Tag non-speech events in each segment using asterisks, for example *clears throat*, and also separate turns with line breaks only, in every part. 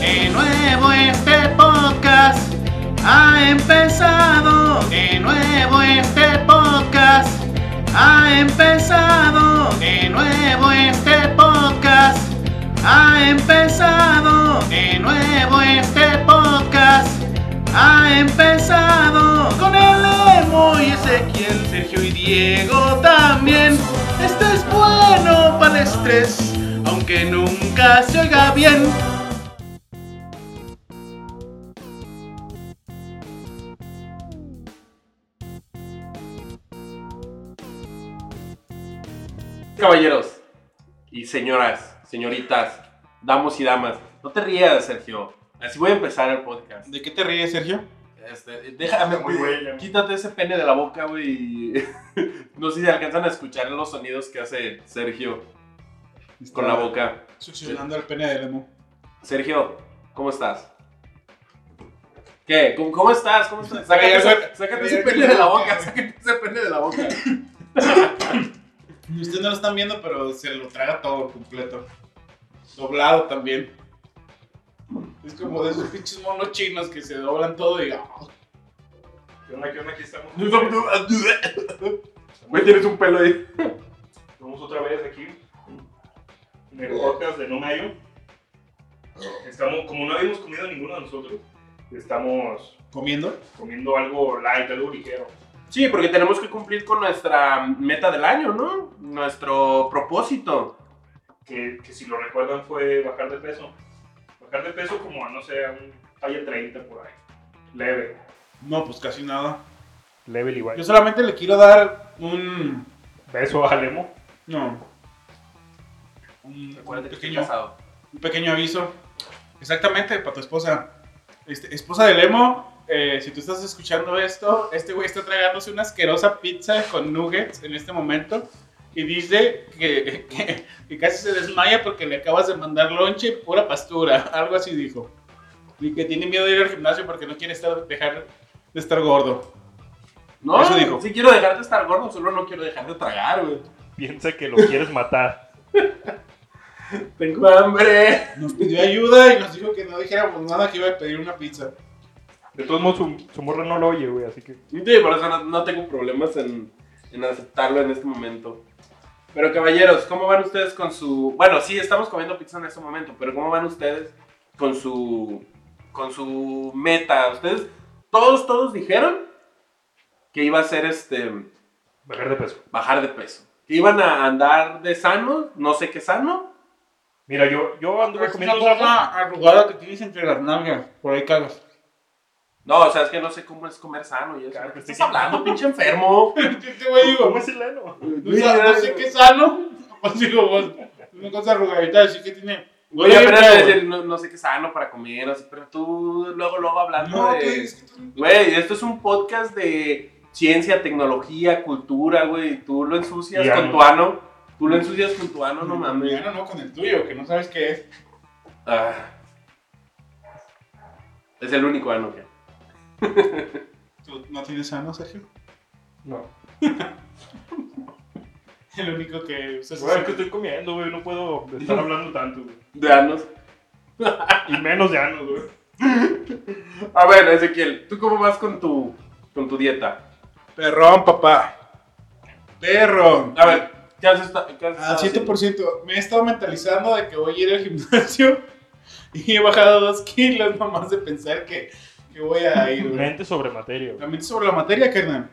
De nuevo este podcast ha empezado. De nuevo este podcast ha empezado. De nuevo este podcast ha empezado. De nuevo este podcast ha empezado. Con el Emo y Ezequiel, Sergio y Diego también. Esto es bueno para el estrés, aunque nunca se oiga bien.
Caballeros y señoras, señoritas, damos y damas, no te rías, Sergio. Así voy a empezar el podcast.
¿De qué te ríes, Sergio?
Este, déjame,
Muy bueno.
quítate ese pene de la boca, güey. y- *laughs* no sé si alcanzan a escuchar los sonidos que hace Sergio con la boca.
Succionando el pene del emo.
Sergio, ¿cómo estás? ¿Qué? ¿Cómo, cómo estás? ¿Cómo estás?
Ay,
Sácate,
ya
ese-
sé-
sácate
ya
ese
sé-
pene de la boca, sácate ese pene de la boca.
Ustedes no lo están viendo, pero se lo traga todo completo. Doblado también. Es como de esos pinches monos chinos que se doblan todo y. ah,
¿Qué onda? ¿Qué onda? Aquí estamos.
Güey, tienes un pelo ahí.
Estamos otra vez aquí en el podcast de No Mayo. Estamos, como no habíamos comido ninguno de nosotros, estamos
¿Comiendo?
comiendo algo light, algo ligero.
Sí, porque tenemos que cumplir con nuestra meta del año, ¿no? Nuestro propósito.
Que, que si lo recuerdan fue bajar de peso. Bajar de peso como a, no sé, a un talla 30 por ahí. Leve.
No, pues casi nada.
Leve igual.
Yo solamente le quiero dar un.
Beso a Lemo.
No. Un, un
Acuérdate que estoy
pequeño,
casado.
un pequeño aviso. Exactamente, para tu esposa. Este, esposa del emo, eh, si tú estás escuchando esto, este güey está tragándose una asquerosa pizza con nuggets en este momento. Y dice que, que- que casi se desmaya porque le acabas de mandar lonche y pura pastura. Algo así dijo. Y que tiene miedo de ir al gimnasio porque no quiere estar, dejar de estar gordo.
No,
Eso dijo.
sí quiero dejar de estar gordo, solo no quiero dejar de tragar, güey.
Piensa que lo quieres matar.
Tengo hambre.
Nos pidió ayuda y nos dijo que no dijéramos nada, que iba a pedir una pizza.
De todos modos, su, morra no lo oye, güey, así que.
Sí, por eso no, no tengo problemas en, en aceptarlo en este momento. Pero caballeros, ¿cómo van ustedes con su... Bueno, sí, estamos comiendo pizza en este momento, pero ¿cómo van ustedes con su... con su meta? Ustedes, todos, todos dijeron que iba a ser este...
Bajar de peso.
bajar de peso. Que iban a andar de sano, no sé qué sano.
Mira, yo, yo anduve
Es una cosa arrugada que tienes entre las nalgas. Por ahí *laughs* cagas.
No, o sea, es que no sé cómo es comer sano. Y eso.
Claro que
¿Qué estás
sí.
hablando, pinche enfermo?
Este güey digo,
es el heno?
No, sa- no sé qué sano. Pues digo, pues, una cosa arrugadita, así que tiene.
Güey, apenas
pero-
te decía, no, no sé qué sano para comer, así, pero tú luego, luego hablando
Ah, No, tú
pues.
de...
dices que tú-
Güey, esto es un podcast de ciencia, tecnología, cultura, güey. y Tú lo ensucias
Y
con
ano.
tu ano. Tú lo ensucias con tu ano, no mames.
Mariano, no, con el tuyo, que no sabes qué es.
Ah. Es el único ano que...
¿Tú no tienes sano, Sergio? *laughs*
No.
El único que usas
Güey,
es-
es que estoy comiendo, güey. No puedo estar hablando tanto, güey.
De anos.
Y menos de anos, güey.
A ver, Ezequiel, ¿tú cómo vas con tu, con tu dieta?
Perrón, papá. Perrón.
A ver, ¿qué has esta- qué has
Al
estado haciendo?
100%. Me he estado mentalizando de que voy a ir al gimnasio *laughs* y he bajado dos kilos nomás de pensar que, que voy a ir. güey.
Mente sobre materia,
La mente sobre la materia, carnal.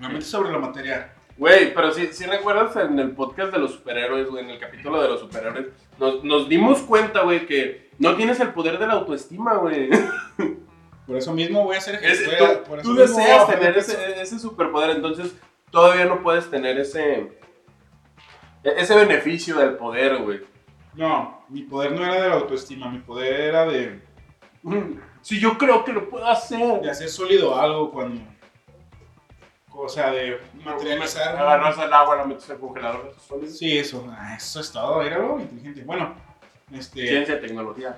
La mente sobre la materia.
Güey, pero si, si recuerdas en el podcast de los superhéroes, güey, en el capítulo de los superhéroes, nos, nos dimos cuenta, güey, que no tienes el poder de la autoestima,
*laughs*
güey.
Por eso mismo voy a hacer
Ese-
voy a-
tú
ah, por eso
tú
mismo voy a
deseas
bajar de
tener
peso.
ese, ese superpoder, entonces todavía no puedes tener ese, e- ese beneficio del poder, güey. *laughs*
No, mi poder no era de la autoestima, mi poder era de
Si yo creo que lo puedo hacer.
de hacer sólido algo cuando. O sea, de materializar.
Agarras el agua, la metes al congelador de tus soles.
Sí, eso. ah, eso es todo. Era algo inteligente. Bueno, este.
Ciencia, tecnología.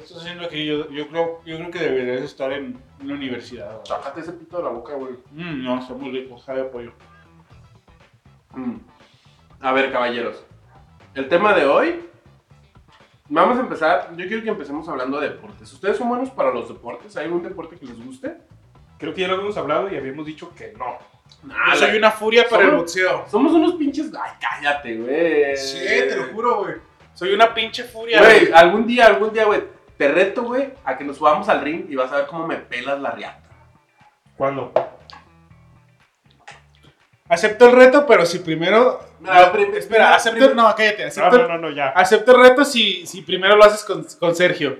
Esto es lo que yo, yo creo, yo creo que deberías estar en una universidad. ¿verdad?
Sácate ese pito de la boca, güey.
Mm, no, está muy rico, sabe a pollo.
Mm. A ver, caballeros. El tema de hoy. Vamos a empezar. Yo quiero que empecemos hablando de deportes. ¿Ustedes son buenos para los deportes? ¿Hay algún deporte que les guste?
Creo que ya lo habíamos hablado y habíamos dicho que no.
Nah,
yo soy una furia para el
Solo-
boxeo.
Somos unos pinches. Ay, cállate, güey.
Sí, te lo juro, güey. Soy una pinche furia.
Eh, Güey, ah. algún día, algún día, güey. Te reto, güey, a que nos subamos al ring y vas a ver cómo me pelas la riata.
¿Cuándo? Ah,
Acepto el reto, pero si primero.
Mira, prim-
Espera,
mira,
acepto.
prim-
No, cállate.
No,
Acepto,
no, no, no, ya.
acepto el reto si, si primero lo haces con, con Sergio.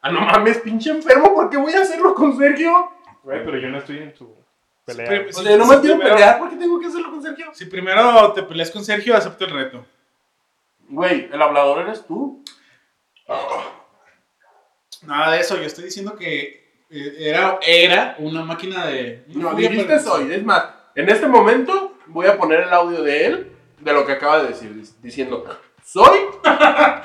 Ah, no mames, pinche enfermo, ¿por qué voy a hacerlo con Sergio?
Güey, pero yo no estoy en tu pelea.
Prim-
O
si-
sea, Pues no
si
me quiero
primero-
pelear, ¿por qué tengo que hacerlo con Sergio?
Si primero te peleas con Sergio, acepto el reto.
Güey, el hablador eres tú.
Nada de eso, yo estoy diciendo que eh, era, era una máquina de.
No,
furia
dijiste
para-
soy. Es más, en este momento voy a poner el audio de él, de lo que acaba de decir, dic- diciendo, soy.
*laughs*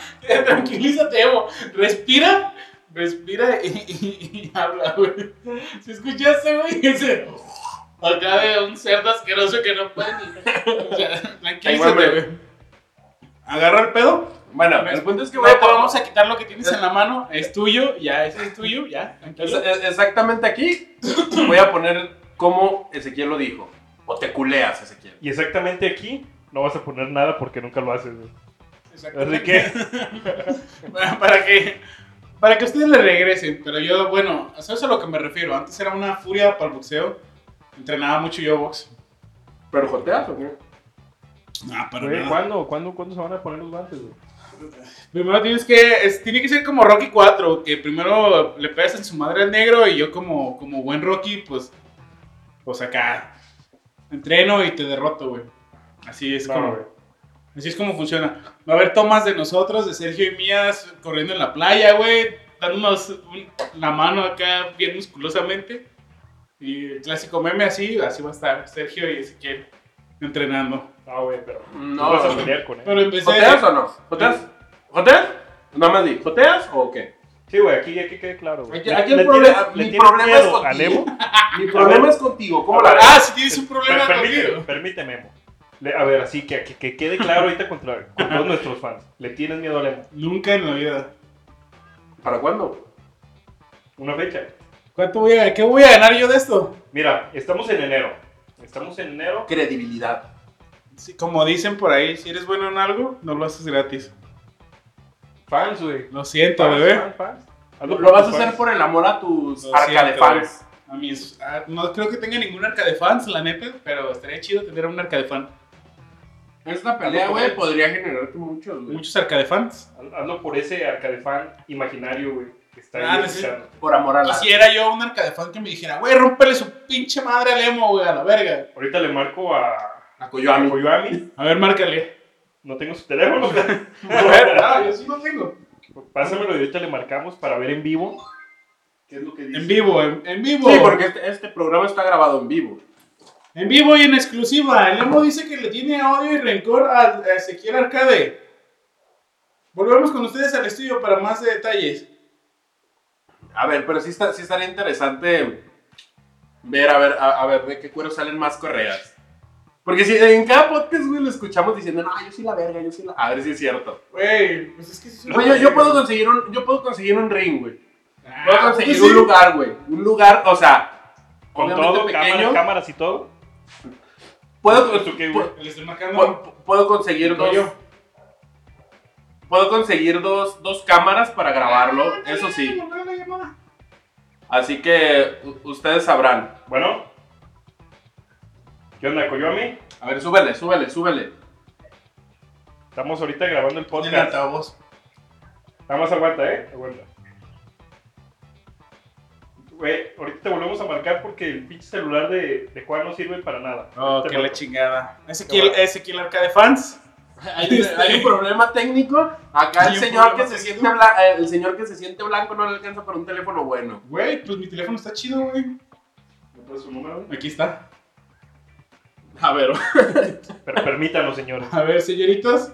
Tranquilízate, Evo. Respira, respira y, y- y habla, güey. ¿Se escuchaste, güey? *laughs* Ese. Acá de un cerdo asqueroso que no puede ni. O sea, tranquilízate,
hambre.
güey. Agarra el pedo.
Bueno,
Me-
el punto es que
No
voy a
te vamos a quitar lo que tienes en la mano. Es tuyo, ya, ese es tuyo, ya.
Es-
Tranquilo.
es- exactamente aquí *clears throat* voy a poner como Ezequiel lo dijo. O te culeas, Ezequiel.
Y exactamente aquí no vas a poner nada porque nunca lo haces. güey. Así
Exactamente.
que,
Bueno, *laughs* para que para que ustedes le regresen, pero yo, bueno, eso es a lo que me refiero. Antes era una furia para el boxeo. Entrenaba mucho yo box.
¿Pero joteas o qué?
Ah, para
güey,
nada.
¿cuándo, cuándo, ¿cuándo se van a poner los guantes? güey?
Primero tienes que es- tiene que ser como Rocky 4, que primero le pegas en su madre al negro y yo como como buen Rocky, pues pues acá entreno y te derroto, güey. Así es
No,
como
güey.
Así es como funciona. Va a haber tomas de nosotros, de Sergio y mías, corriendo en la playa, güey, dándonos un- la mano acá bien musculosamente. Y el clásico meme así, así va a estar Sergio y Ezequiel entrenando.
No, güey, pero
No.
no vas a pelear con él.
Pero empecé...
¿Joteas o no? ¿Joteas? ¿Joteas? Nada más di, ¿joteas o qué?
Sí, güey, aquí ya que quede claro. güey.
Aquí-
Le-
aquí el
le
proble-
tienes-
mi
le tienes
problema es
miedo
contigo.
a Lemo.
Mi problema
ver.
es contigo. ¿Cómo
A
la
ver.
ves?
Ah, si tienes un problema
Per- Permíteme,
conmigo.
permíteme, Emo. Le- A ver, así que, que, que quede claro ahorita contra, con todos nuestros fans. Le tienes miedo a Lemo.
Nunca en la vida.
¿Para cuándo?
Una fecha.
¿Cuánto voy a... ¿Qué voy a ganar yo de esto?
Mira, estamos en enero. Estamos en enero.
Credibilidad.
Sí, como dicen por ahí, si eres bueno en algo, no lo haces gratis.
Fans, güey.
Lo siento,
Fans,
bebé.
fans, fans. Hazlo
Lo,
por
vas a
tus
hacer
fans.
por el amor a tus
Lo
arca de
siento,
fans.
A mis, a- no creo que tenga ningún arca de fans, la neta, pero estaría chido tener un arca de fan.
Esta pelea, güey, podría generarte muchos, güey.
Muchos arca de fans.
Hazlo por ese arcadefan imaginario, güey. Que está
Ah,
ahí
no sé.
escuchando.
Por amor a la.
Quisiera yo un arca de fan que me dijera, güey, rómpele su pinche madre al emo, güey, a la verga.
Ahorita le marco a
A Coyoami.
Coyoami.
A ver, márcale.
*laughs*
No tengo su teléfono.
A ver, no, yo sí lo tengo.
Pásamelo y ahorita le marcamos para ver en vivo.
¿Qué es lo que
En vivo, en, en vivo.
Sí, porque este, este programa está grabado en vivo.
En vivo y en exclusiva. El emo dice que le tiene odio y rencor a, a Ezequiel Arcade. Volvemos con ustedes al estudio para más detalles.
A ver, pero sí, está, sí estaría interesante ver, a ver, a, a ver, de qué cuero salen más correas. Porque si en cada podcast, güey, lo escuchamos diciendo, no, yo sí la verga, yo sí la... A ver si es cierto.
Güey, pues es que... sí es
Güey, yo, yo
una-
puedo conseguir un, yo puedo conseguir un ring, güey.
Ah,
Puedo conseguir
pues
un
sí.
lugar, güey. Un lugar, o sea,
Con
obviamente
todo, cámaras, cámaras y todo.
Puedo,
¿Tú qué, güey?
pu-
Le estoy marcando.
pu- puedo conseguir dos...
Yo.
Puedo conseguir dos, dos cámaras para grabarlo,
Ah,
eso sí. Así que u- ustedes sabrán.
Bueno. ¿Qué onda, Coyoami?
A ver, súbele, súbele, *laughs* súbele.
Estamos ahorita grabando el
Pon el
podcast.
altavoz.
Nada más aguanta, ¿eh? Aguanta. Güey, ahorita te volvemos a marcar porque el pinche celular de, de Juan no sirve para nada.
Oh,
Ahorita
qué
marco.
la chingada.
Qué
Ezequiel,
bueno.
Ezequiel Arcade Fans.
Hay, un- hay un problema técnico. Acá
Hay
el
un
señor, que
problema
se
técnico.
siente bla- eh, el señor que se siente blanco no le alcanza para un teléfono bueno.
Güey, pues mi teléfono está chido, güey.
¿Me puedes su número?
Aquí está.
A ver,
Per- permítanos,
*laughs*
señores.
A ver, señoritas.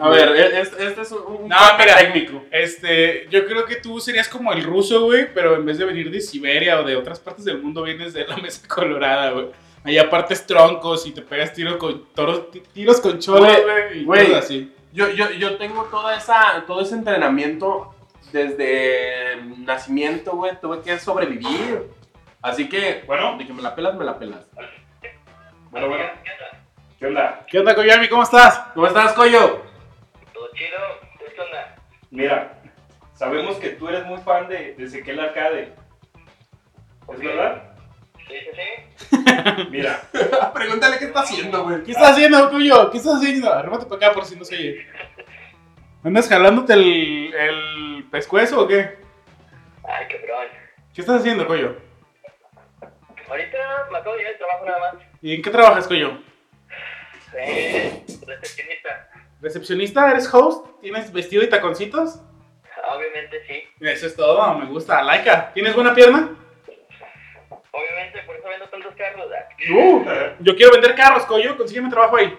a ver, e- este, este es un, un
No,
corte
espera.
técnico.
Este, yo creo que tú serías como el ruso, güey, pero en vez de venir de Siberia o de otras partes del mundo, vienes de la *laughs* mesa colorada, güey. Ahí apartes troncos y te pegas tiros con toros, ti- tiros con cholas,
Güey,
güey, y
güey.
cosas así.
Yo, yo, yo tengo toda esa, todo ese entrenamiento desde nacimiento, güey. Tuve que sobrevivir. Así que,
Bueno,
de que me la pelas, me la pelas.
bueno, bueno. ¿Qué onda?
¿Qué onda, Koyami? ¿Cómo estás?
¿Cómo estás, Coyo?
Todo chido, ¿tú ¿qué onda?
Mira, sabemos que tú eres muy fan de, de Ezequiel Arcade. ¿Es verdad?
Sí, sí, sí.
Mira,
Pregúntale qué está haciendo, güey.
¿Qué estás haciendo, Coyo? ¿Qué estás haciendo? Arrímate para acá por si no se oye. ¿Andas jalándote el, el pescuezo o qué?
Ay, cabrón.
¿Qué estás haciendo, Coyo?
Ahorita me acabo de llegar al trabajo nada más.
¿Y en qué trabajas, Coyo?
Eh, recepcionista.
¿Recepcionista? ¿Eres host? ¿Tienes vestido y taconcitos?
Obviamente sí.
Eso es todo, me gusta. Laika, ¿tienes buena pierna?
Obviamente, por eso vendo tantos carros. ah.
Uh, Yo quiero vender carros, Coyo, consígueme trabajo ahí.
Muy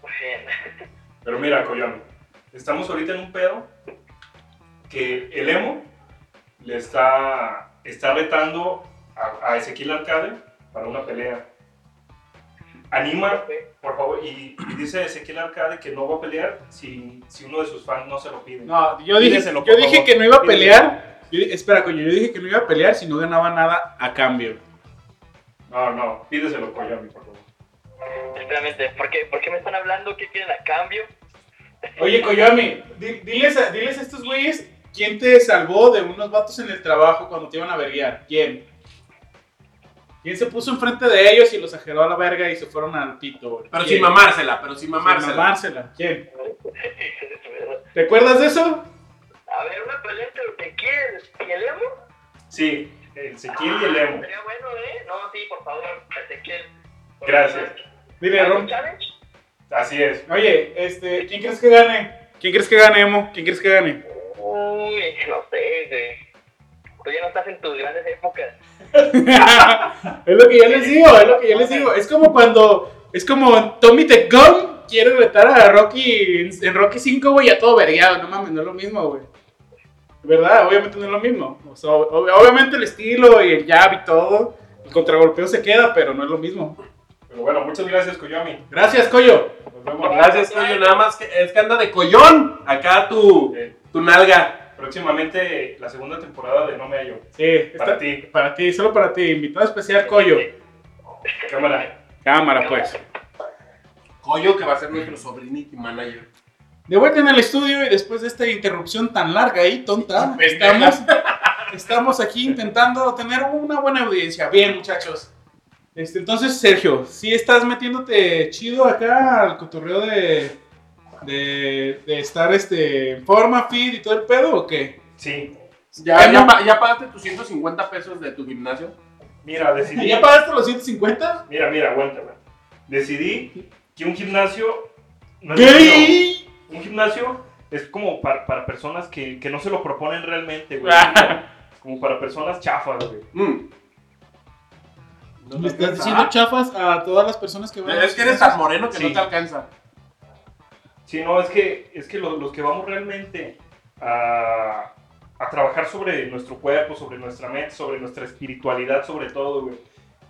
Pues bien.
Pero mira, Coyami, estamos ahorita en un pedo que el emo le está, está retando a, a Ezequiel Arcade para una pelea. Anima, por favor, y, y dice Ezequiel Arcade que no va a pelear si, si uno de sus fans no se lo pide.
No, yo dije,
Pídeselo,
yo
por
dije
favor.
que no iba a
Pídeselo.
pelear. Yo di- espera, Coyo, yo dije que no iba a pelear si no ganaba nada a cambio.
No, no, pídeselo, Coyami, por favor.
Espéramente, ¿por qué, ¿por qué me están hablando? ¿Qué quieren a cambio? *laughs*
Oye, Coyoami, di- diles, a, diles a estos güeyes quién te salvó de unos vatos en el trabajo cuando te iban a verguiar. ¿Quién? ¿Quién se puso enfrente de ellos y los ajeró a la verga y se fueron al pito? güey?
Pero
¿Quién?
sin mamársela, pero sin
Sin
mamársela.
mamársela. ¿Quién? ¿Te acuerdas de eso?
A ver, una pelea entre de quién y el emo.
Sí, Ezequiel y el emo.
Sería bueno, ¿eh? No, sí, por favor, Ezequiel. Por
Gracias.
favor.
Dile,
¿Algún
rompe.
challenge?
Así es.
Oye, este, ¿quién crees que gane? ¿Quién crees que gane, Emo? ¿Quién crees que gane?
Uy, no sé, güey. Tú ya no estás en tus grandes épocas.
*laughs* es lo que yo les digo, es lo que yo les digo. Es como cuando, es como Tommy the Gun quiere retar a Rocky en, en Rocky 5, güey, a todo vergueado. No mames, no es lo mismo, güey. ¿Verdad? Obviamente no es lo mismo. O sea, ob- obviamente el estilo y el jab y todo, el contragolpeo se queda, pero no es lo mismo.
Pero bueno, muchas gracias, Coyami.
Gracias, Coyo.
Nos vemos.
Gracias, Coyo. Nada más que es que anda de collón acá tu,
Eh,
tu nalga.
próximamente la segunda temporada de No Me Hallo.
Sí, está-
Para ti.
Para ti, solo para ti. Invitado especial, Coyo.
Cámara.
Cámara, pues.
Coyo que va a ser nuestro sobrinity manager.
De vuelta en el estudio y después de esta interrupción tan larga y tonta,
Y pendeja.
estamos, estamos aquí intentando tener una buena audiencia. Bien, muchachos. Este, entonces, Sergio, si estás metiéndote chido acá al cotorreo de, de, de estar este, en forma, fit y todo el pedo, ¿o qué?
Sí.
¿Ya, ya,
Emo,
pa- ya pagaste tus 150 pesos de tu gimnasio?
Mira,
*laughs*
decidí.
¿ya pagaste los 150?
Mira, mira, aguanta, güey. Decidí que un gimnasio. No es mío.
¿Qué?
Un gimnasio es como para, para personas que, que no se lo proponen realmente, güey. como para personas chafas, güey.
Mm. ¿No
¿Le
te
estás
alcanza? Ah,
diciendo chafas a todas las personas que van a
Es que eres tan moreno que
Sí.
no te alcanza.
Sí, no, es que, es que los, los que vamos realmente a, a trabajar sobre nuestro cuerpo, sobre nuestra mente, sobre nuestra espiritualidad, sobre todo, güey.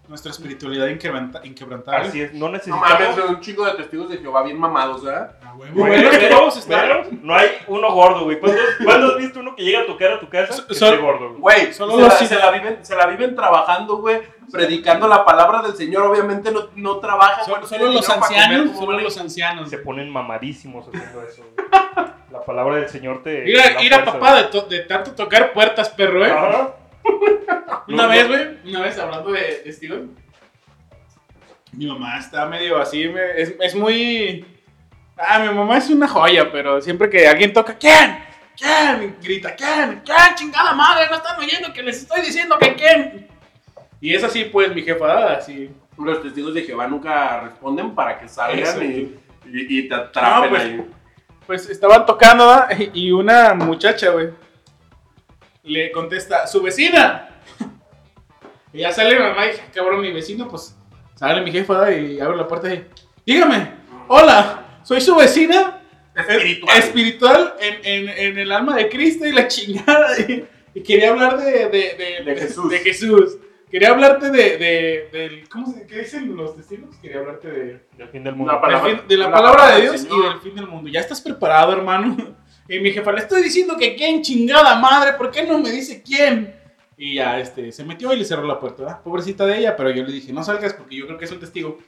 Nuestra espiritualidad inquebranta- inquebrantable.
Así es, no
No mames,
necesitamos.
son un chingo de testigos de Jehová bien mamados, ¿verdad?
A huevo.
*laughs* Güey,
Bueno, que
güey,
vamos a estar-
güey, No hay uno gordo, güey. ¿Cuándo, cuándo has visto uno que llega a tocar a tu casa?
So-
Que
so-
esté gordo, güey.
Güey,
Solo
se,
los
la,
sin-
se la viven, se la viven trabajando, güey, predicando la palabra del Señor. Obviamente no, no trabajan. güey,
Solo,
no
solo
tienen
los
dinero para comer,
ancianos,
¿cómo
solo
van a-
los ancianos.
se ponen mamadísimos haciendo eso. güey. La palabra del Señor te.
Ir
te da
a, ir a
fuerza,
papá de, to- de tanto tocar puertas, perro,
güey.
¿eh?
Ajá.
Una
No,
vez,
no.
güey, una vez hablando de, de estilo. Mi mamá está medio así, me- es, es muy... Ah, mi mamá es una joya, pero siempre que alguien toca, ¿quién? ¿Quién? Grita, ¿quién? ¿Quién? Chingada madre, no están oyendo que les estoy diciendo que quién. Y es así, pues, mi jefa, así.
Los testigos de Jehová nunca responden para que salgan
Eso.
y, Y, y te atrapen
No, pues,
ahí.
Pues estaban tocando ¿va? *laughs* y una muchacha, güey, le contesta, su vecina. *laughs* Y ya sale mi mamá y dice, cabrón, mi vecino, pues sale mi jefa ¿va? y abre la puerta y dígame, hola, soy su vecina
Espiritual.
espiritual en, en- en el alma de Cristo y la chingada. *laughs* Y, y quería hablar de, de- de-
De Jesús.
de Jesús. Quería hablarte de, de- del- ¿cómo se, ¿qué dicen los testigos? Quería hablarte de...
Del fin del
mundo. No,
mundo.
palabra-
Del fin- de la,
la
palabra,
palabra
de
del
Dios y
Señor.
del fin del mundo. ¿Ya estás preparado, hermano? *laughs* Y mi jefa, le estoy diciendo que quién chingada madre, ¿por qué no me dice quién? Y ya, este, se metió y le cerró la puerta, ¿verdad? Pobrecita de ella, pero yo le dije, no salgas porque yo creo que es un testigo.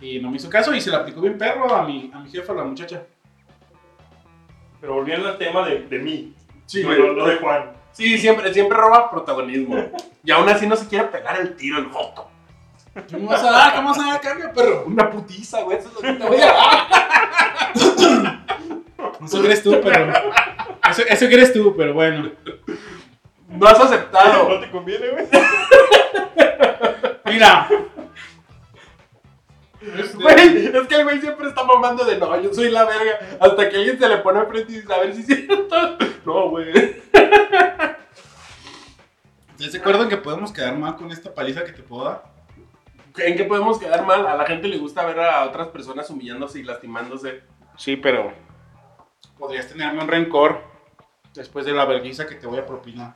Y no me hizo caso y se la aplicó bien perro a mi, a mi jefa, la muchacha.
Pero volviendo al tema de, de mí,
Sí,
no,
güey.
no- no de Juan.
Sí, siempre, siempre roba protagonismo. Y aún así no se quiere pegar el tiro, el joto.
¿Qué me vas a dar? ¿Qué me vas a dar a cambio, perro?
Una putiza, güey. Eso es lo que te voy a dar.
Eso eres tú, perro. Eso, eso que eres tú, pero bueno.
No has aceptado.
*laughs*
No te conviene, güey.
Mira.
Güey, es que el güey siempre está mamando de no, yo soy la verga. Hasta que alguien se le pone enfrente y dice, a ver si es cierto. *laughs* No, güey.
¿Ustedes se acuerdan que podemos quedar mal con esta paliza que te puedo dar?
¿En qué podemos quedar mal? A la gente le gusta ver a otras personas humillándose y lastimándose.
Sí, pero podrías tenerme un rencor después de la vergüenza que te voy a propinar.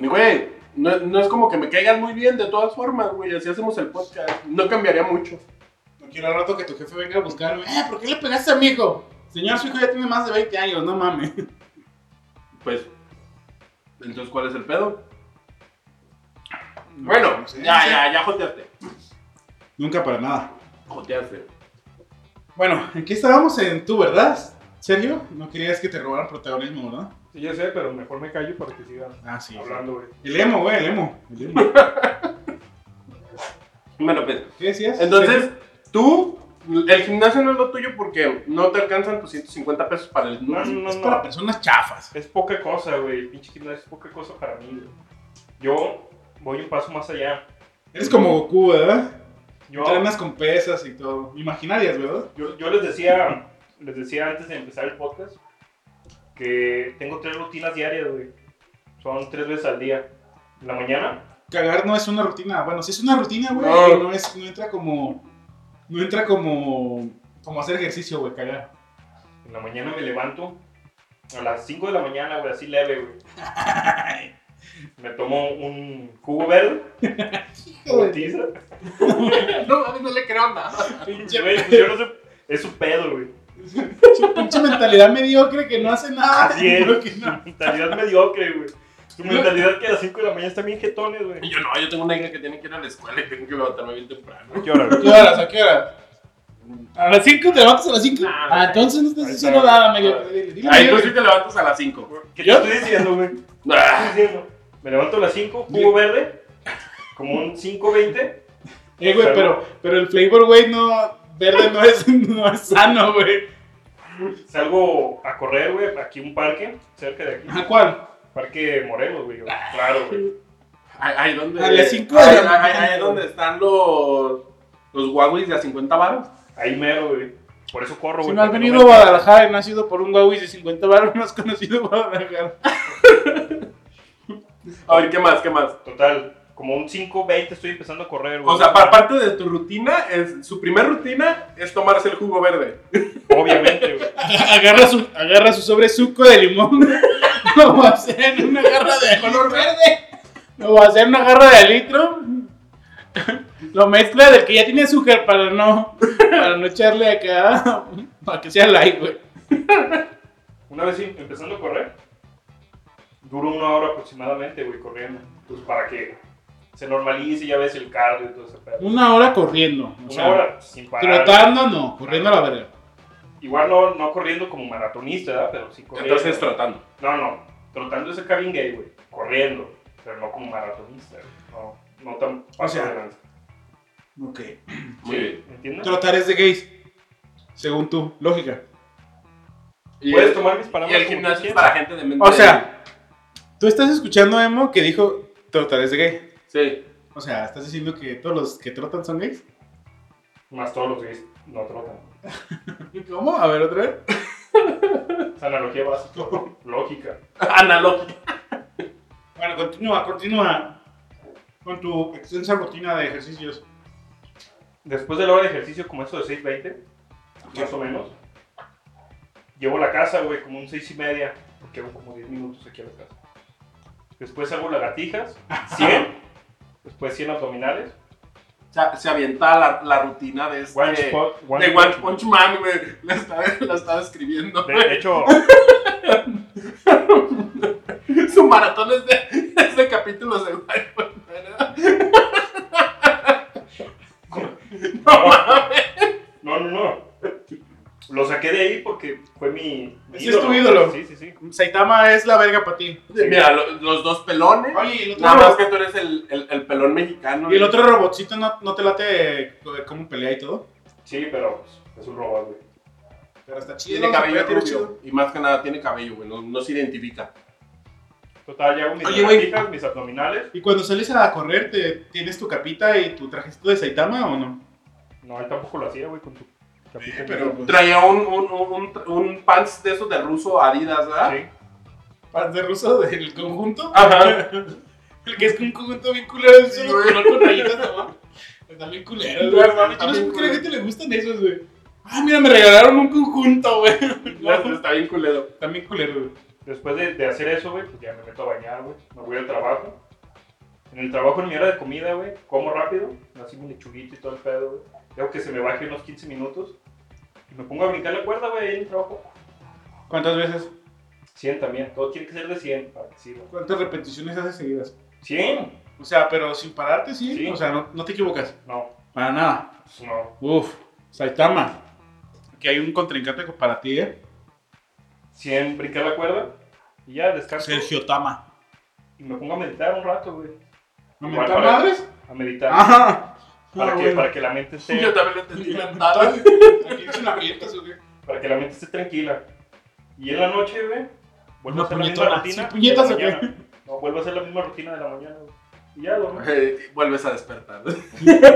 Güey, no, no es como que me caigan muy bien de todas formas, güey. Así hacemos el podcast. No cambiaría mucho.
No quiero al rato que tu jefe venga a buscarme. Eh, ¿por qué le pegaste a mi hijo? Señor, su hijo ya tiene más de 20 años, no mames. *laughs*
Pues, entonces, ¿cuál es el pedo? Bueno,
Sí,
ya,
sí.
ya, ya joteaste.
Nunca para nada.
Joteaste.
Bueno, aquí estábamos en tú, ¿verdad? Sergio, no querías que te robaran protagonismo, ¿verdad?
Sí, ya sé, pero mejor me callo para que sigan
Ah, sí.
hablando, güey.
El emo, güey, el emo. El emo.
*laughs*
Bueno, pues,
¿Qué decías?
entonces, tú, el gimnasio no es lo tuyo porque no te alcanzan tus 150 pesos para el
No, no,
es
no.
para personas chafas.
Es poca cosa, güey. El pinche gimnasio es poca cosa para mí, güey. Yo voy un paso más allá.
Eres como Goku, ¿verdad?
Yo,
Entrenas con pesas y todo. Imaginarias, ¿verdad?
yo, yo les decía, les decía antes de empezar el podcast que tengo tres rutinas diarias, güey. Son tres veces al día. En la mañana,
Cagar no es una rutina. Bueno, sí es una rutina, güey.
No.
No. No, es, no entra como. No entra como. Como hacer ejercicio, güey, cagar.
en la mañana me levanto a las 5 de la mañana, güey, así leve, *laughs* güey. Me tomo un jugo verde, tiza.
No, a mí no le creo nada.
Pinche,
Güey, pues yo no sé, es su pedo, güey.
pinche mentalidad mediocre que no hace nada.
Así es.
Creo que no.
Mentalidad mediocre, güey. Tu mentalidad que a las 5 de la mañana está bien jetones, güey.
Yo no, yo tengo una hija que tiene que ir a la escuela y tengo que levantarme bien temprano.
¿Qué hora,
¿A qué horas? ¿A qué horas? A las 5 te levantas a las 5.
Nah,
ah, entonces no Ah. estás
ahí
diciendo
está.
nada, mediocre. Dile, dile
Ahí tú
mediocre.
sí te levantas a las 5.
¿Qué te estoy diciendo, güey? ¿Qué te estoy diciendo? Me levanto a las 5, jugo verde, como un 5.20.
Eh, güey, pero, pero el flavor, güey, no. Verde no es, no es sano, güey.
Salgo a correr, güey, aquí un parque, cerca de aquí.
¿A cuál?
Parque Morelos, güey. Claro, güey.
Ahí, ahí donde.
A las cinco de
ahí-
la mañana.
ahí- ahí donde están los. Los Huawei's de a 50 baros.
Ahí mero, güey. Por eso corro, güey.
Si no has
porque
venido a
me-
Guadalajara y no has ido por un Huawei de 50 baros, no has conocido Guadalajara.
A ver, ¿qué más? ¿Qué más?
Total, como un 5.20 estoy empezando a correr, güey.
O sea, pa- parte de tu rutina es. Su primer rutina es tomarse el jugo verde.
Obviamente, güey.
Agarra su, agarra su sobre suco de limón. *laughs* Lo va a hacer en una garra de color verde. Lo va a hacer en una garra de litro. Lo mezcla del que ya tiene azúcar para no, para no echarle acá. Para que sea light, güey.
Una vez em- empezando a correr, duró una hora aproximadamente, güey, corriendo. Pues para que se normalice, ya ves el cardio y todo ese pedo.
Una hora corriendo. O
Una
sea,
hora sin parar.
Trotando, no. Corriendo a la verga.
Igual no, no corriendo como maratonista, ¿verdad? Pero sí corriendo.
Entonces, tratando.
No, no. Trotando es acá bien gay, güey. Corriendo. Pero no como maratonista, güey. No, no tan paso
sea,
de lanza.
Ok.
Muy bien.
¿Me ¿Entiendes?
Trotar es de gays. Según tú. Lógica.
Y
Puedes
el-
tomar mis
Y
palabras
el
como tú
gimnasio es
quieras.
para gente de mente.
O sea, tú estás escuchando a Emo que dijo trotar es de gay.
Sí. *laughs*
O sea, ¿estás diciendo que todos los que trotan son gays?
Más todos los gays no trotan.
*laughs* ¿Cómo? A ver, otra vez.
Es analogía básica, lógica.
Analógico.
Bueno, continúa, continúa con tu extensa rutina de ejercicios.
Después de la hora de ejercicio, como eso de 6.20, más o menos, llevo a la casa, güey, como un 6 y media, porque hago como 10 minutos aquí a la casa. Después hago lagartijas,
*laughs*
100, después 100 abdominales,
Se, se avienta la, la rutina de este.
one spot, one
de One
punch.
Punch Man, güey. La estaba, la estaba escribiendo.
De, de
*laughs*
hecho,
*laughs* Su maratón es de, *laughs* es de capítulos de One Punch Man. ¿verdad? No mames.
no, no, no. Lo saqué de ahí porque fue mi. mi
Ese es tu ídolo.
Sí, sí, sí.
Saitama es la verga para ti.
Mira, lo- los dos pelones.
Oye, el otro,
Nada más que tú eres el, el, el pelón mexicano.
y el otro robotcito no, no te late eh, cómo pelea y todo.
Sí, pero pues, es un robot, güey.
Pero está chido. Pues
Tiene
se
cabello
pelea, tiene
rubio. Y más que nada, tiene cabello, güey. No, no se identifica.
Total, ya hago mis
Oye, güey.
lagartijas, mis abdominales.
Y cuando sales a correr, te, ¿tienes tu capita y tu trajecito de Saitama o no?
No, él tampoco lo hacía, güey, con tu capita.
pues,
Traía un, un, un, un pants de esos de ruso Adidas, ¿verdad?
Sí.
¿Pan de ruso del conjunto? ah.
Ajá.
*laughs* El que es un conjunto bien culero, es solo
güey.
color con rayitas nomás. Está bien culero,
Ya, está
güey. Yo no sé
bien
por qué a la
culero.
gente le gustan esos, güey. Ah, mira, me regalaron un conjunto, güey.
*laughs* No, Está bien culero.
Está bien culero, güey.
Después de, de hacer eso, güey, pues ya me meto a bañar, güey. Me voy al trabajo. En el trabajo, en mi hora de comida, güey, como rápido. Así mi lechuguito y todo el pedo, güey. Tengo que se me baje unos 15 minutos. Y me pongo a brincar la cuerda, güey, ahí en el trabajo.
¿Cuántas veces?
100 también. Todo tiene que ser de 100 para que sirva.
¿Cuántas repeticiones haces seguidas?
¿100?
O sea, pero sin pararte, sí.
Sí.
O sea, no, no te equivocas.
No,
Para nada.
pues no.
Uf, Saitama. Aquí hay un contrincante para ti, ¿eh?
100 brincar la cuerda. Y ya descanso.
Sergio Tama.
Y me pongo a meditar un rato, güey.
¿No
Igual
está
para-
madres?
A
*laughs*
meditar.
Ajá.
para,
Ah,
que,
bueno.
para que la mente esté.
Yo también lo entendí.
Aquí es una abierta, güey.
para que la mente esté tranquila. Y en la noche, güey, vuelvo
Una
a hacer la misma
puñetona.
rutina.
Sí, puñetas,
de la
¿o qué?
mañana. No, vuelvo a hacer la misma rutina de la mañana, güey. Y ya, güey.
Eh, vuelves a despertar. *laughs*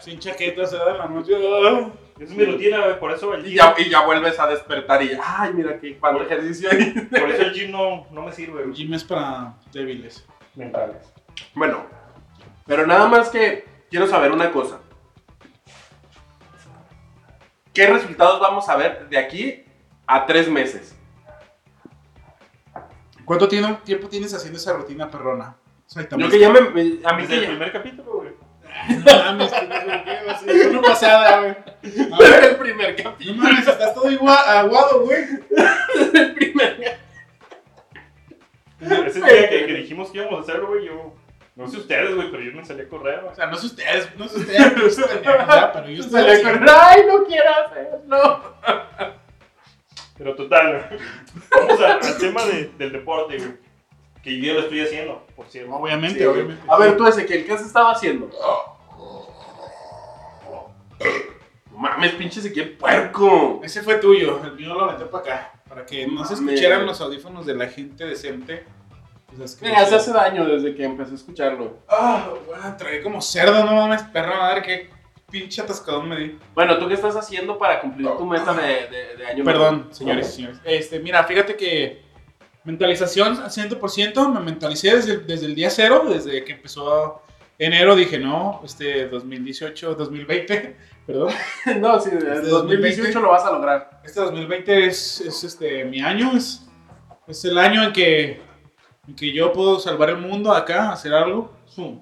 Sin chaqueta, se da la noche.
Esa es mi rutina, güey. Por eso el
Y
gym,
ya, y ya vuelves a despertar y ya, ay, mira qué cuánto ejercicio hay. *laughs*
por eso el gym no, no me sirve,
El
güey.
gym es para débiles.
Mentales.
Bueno, pero nada más que quiero saber una cosa. ¿Qué resultados vamos a ver de aquí a tres meses?
¿Cuánto tiene- tiempo tienes haciendo esa rutina perrona?
Yo que ya me, me- a mí
Desde
que
el
ya-
primer capítulo, güey.
*laughs* No mames, que no pasada,
*laughs*
güey. A ver,
Pero el primer
No
capítulo.
mames, estás todo igua- aguado, güey.
El primer
Ese día que, que dijimos que íbamos a hacerlo, güey, yo. No sé ustedes, güey, pero yo me salí a correr, güey.
O sea, no sé ustedes, no sé ustedes, pero ustedes tenían ya, pero yo estoy
capítulo.
haciendo-
Ay, no quiero hacerlo.
Pero total, güey. Vamos a- al tema de- del deporte, güey. Que yo ya lo estoy haciendo, por cierto.
Obviamente,
Sí,
obviamente.
A ver, tú, Ezequiel, ¿qué has estado haciendo? No Mames, pinche Ezequiel, puerco.
Ese fue tuyo, el mío lo metí para acá, para que no se
Mames.
escucharan los audífonos de la gente decente. Pues las que-
Mira, se hace daño desde que empecé a escucharlo.
Ah, güey, traí como cerdo, no mames, perra madre, qué pinche atascadón me di.
Bueno, ¿tú qué estás haciendo para cumplir tu meta de, de- de año nuevo?
Perdón, señores y señores. Este, mira, fíjate que mentalización al 100%, me mentalicé desde, el- desde el día cero, desde que empezó enero, dije, no, este 2018, 2020, *laughs* perdón.
*laughs* No, sí, en 2018 lo vas a lograr.
Este 2020 es, es, este, mi año, es, es el año en que, en que yo puedo salvar el mundo acá, hacer algo. Zoom.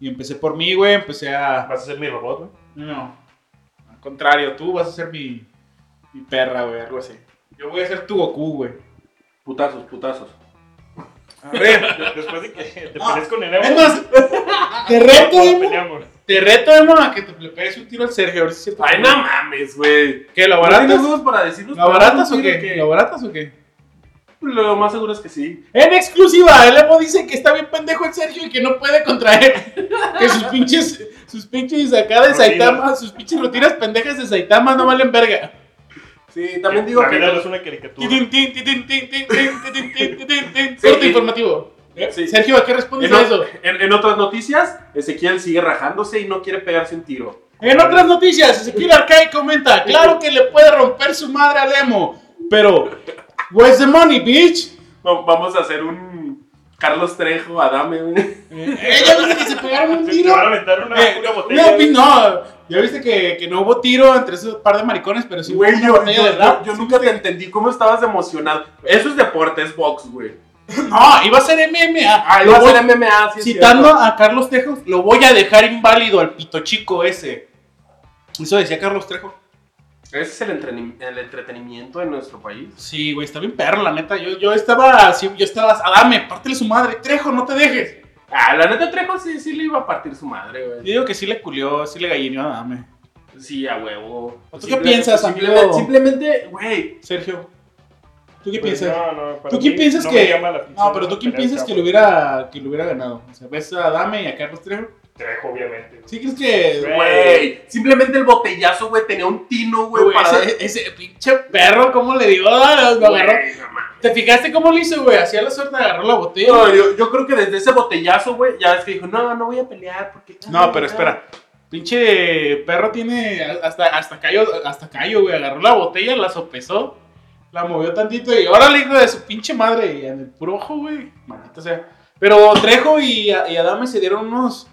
Y empecé por mí, güey, empecé a...
Vas a ser mi robot, güey.
No, al contrario, tú vas a ser mi, mi perra, güey, algo así. Yo voy a ser tu Goku, güey.
Putazos, putazos.
A ver.
De- Después de que te
Ah,
pelees con el
Es
Evo,
más, te reto,
nos
Emo.
peleamos.
Te reto, Emo, a que te le pegues un tiro al Sergio. A ver si es cierto.
Ay, no mames, güey.
¿Qué? ¿Lo
¿No tienes
baratas?
huevos para decirnos?
¿Lo baratas o
Mira
qué? ¿Lo baratas o qué?
Lo más seguro es que sí.
En exclusiva, el Emo dice que está bien pendejo el Sergio y que no puede contra él. Que sus pinches, sus pinches acá de
Rutinas.
Saitama, sus pinches rutinas pendejas de Saitama no valen verga.
Sí, también digo
la vida no
que...
es una caricatura.
Tin, tin, tin, tin, tin, tin, tin, tin, tin, tin, tin, tin.
Sí.
Corte informativo.
Sí.
Sergio, ¿a qué respondes
En,
a
o-
eso?
en- en otras noticias, Ezequiel sigue rajándose y no quiere pegarse un tiro.
En otras noticias, Ezequiel Arcade comenta, claro que le puede romper su madre al emo, pero where's the money, bitch?
Va- Vamos a hacer un Carlos Trejo, Adame, güey.
Eh, ¿Ya viste que se pegaron un
Te
tiro?
van a aventar una,
Eh,
una
no,
botella.
vi- no, ya viste que, que no hubo tiro entre esos par de maricones, pero sí hubo
Güey,
una
yo,
botella de
yo-
rap.
yo- yo nunca te entendí cómo estabas emocionado. Eso es deporte, es box, güey.
No, iba Ah, a ser MMA. Lo
Iba a
Ah, voy-
ser MMA, sí es
Citando
cierto.
a Carlos Trejo, lo voy a dejar inválido al pito chico ese. Eso decía Carlos Trejo.
Ese es el, entreni- el entretenimiento de nuestro país.
Sí, güey, está bien perro, la neta. Yo, yo estaba así, yo estaba, Adame, pártele su madre, Trejo, no te dejes.
Ah, la neta Trejo sí, sí le iba a partir su madre,
Yo
güey.
digo que sí le culió, sí le gallineó a Adame.
Sí, a huevo.
¿Tú qué piensas,
simplemente,
amigo?
simplemente, güey.
Sergio, ¿tú qué
Pues,
piensas?
No, no, para
¿Tú quién
mí
piensas
no
que-
me llama la atención
No, pero ¿tú quién
pelear
piensas que
campo.
lo hubiera, que lo hubiera ganado? O sea, ves a Adame y a Carlos Trejo.
Trejo, obviamente.
¿Sí crees que...
Güey, simplemente el botellazo, güey, tenía un tino, güey,
Güey,
para...
ese, ese pinche perro, ¿cómo le dio? Ah, Lo
Güey,
agarró.
no mames.
¿Te fijaste cómo lo hizo, güey? Hacía la suerte, agarró la botella.
No, yo, yo creo que desde ese botellazo, güey, ya ves que dijo, no, no voy a pelear porque...
No, pero espera. Pinche perro tiene hasta, hasta callo, hasta callo, güey. Agarró la botella, la sopesó, la movió tantito y órale, hijo de su pinche madre. Y en el puro ojo, güey. Maldita sea. Pero Trejo y, y Adame se dieron unos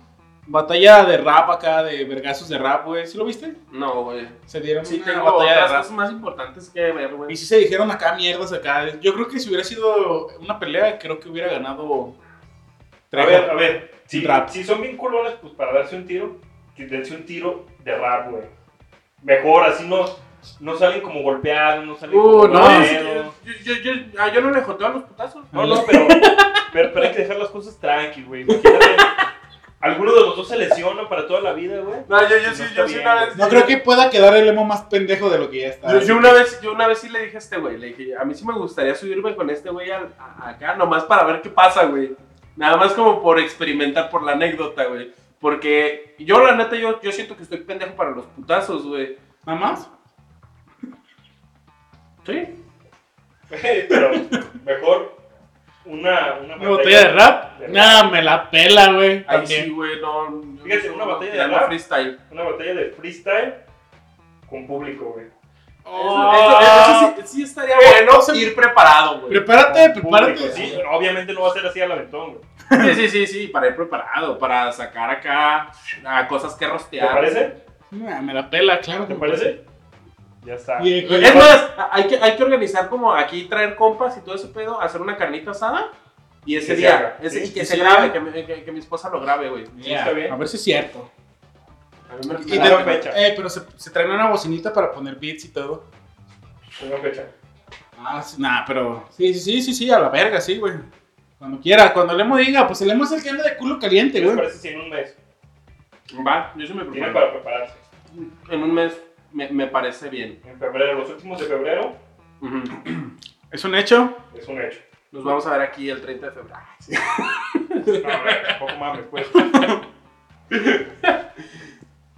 batalla de rap acá, de vergazos de rap, güey. ¿Sí lo viste?
No, güey.
Se dieron
Sí,
una
tengo
batalla de
otras
rap.
cosas más importantes que ver,
Y
güey.
sí se dijeron acá mierdas acá. Yo creo que si hubiera sido una pelea, creo que hubiera ganado
A
Trejo.
ver, a ver. Si,
Rap.
si son bien culones, pues para darse un tiro, que dense un tiro de rap, güey. Mejor, así no, no salen como golpeados, no salen
Uh,
como
no,
golpeados.
yo, yo, yo, ah, yo no le joteo a los putazos.
No, no, pero, pero, pero hay que dejar las cosas tranqui, güey. Imagínate, Alguno de los dos se lesiona para toda la vida, güey.
No, yo, yo
No
sí,
está
yo sí
bien,
una
güey.
vez...
No creo que pueda quedar el emo más pendejo de lo que ya está.
Yo, yo una vez, yo una vez sí le dije a este güey, le dije, a mí sí me gustaría subirme con este güey al- a- acá, nomás para ver qué pasa, güey. Nada más como por experimentar, por la anécdota, güey. Porque yo, la neta, yo, yo siento que estoy pendejo para los putazos, güey.
¿Nada más?
Sí.
Pero mejor una, una
¿Una batalla de rap?
de rap.
Nada, me la pela, güey.
Ahí
también.
sí, güey, no. yo
Fíjate,
no-
una batalla de
tirando
rap.
freestyle.
Una batalla de freestyle con público, güey.
Eso, eso- eso sí, sí estaría bueno ir preparado, güey.
Prepárate,
Con
prepárate.
público, sí, obviamente no va a ser así al aventón,
Sí,
güey.
sí, sí, sí, para ir preparado, para sacar acá a cosas que
¿Te
rostear.
parece?
Nah, me la pela, claro.
¿Te
que me
parece? Ya está.
Y el-
Es más, hay que, hay que organizar como aquí traer compas y todo ese pedo, hacer una carnita asada y ese
Que se
día,
haga,
ese-
¿sí?
que
Que
se
se
grabe,
haga.
que, mi- que- que mi esposa lo grabe, güey.
Ya,
está bien.
A ver si es cierto.
A mí me-
Y
me-
Pongan
te-
fecha.
eh, pero se, se traen una bocinita para poner beats y todo.
Pongan fecha.
Ah, sí, nah, pero. Sí, sí, sí, sí, sí, a la verga, sí, güey. Cuando quiera, cuando el emo diga, pues el emo es el que anda de culo caliente,
¿Qué les
güey.
parece si en un mes?
Va, yo sí me
Tienen
preparo.
para prepararse.
En un mes me, me parece bien.
En febrero, los últimos de febrero,
Ujú.
Es un hecho.
es un hecho.
Nos vamos a ver aquí el 30 de febrero.
No, güey, tampoco mames, pues.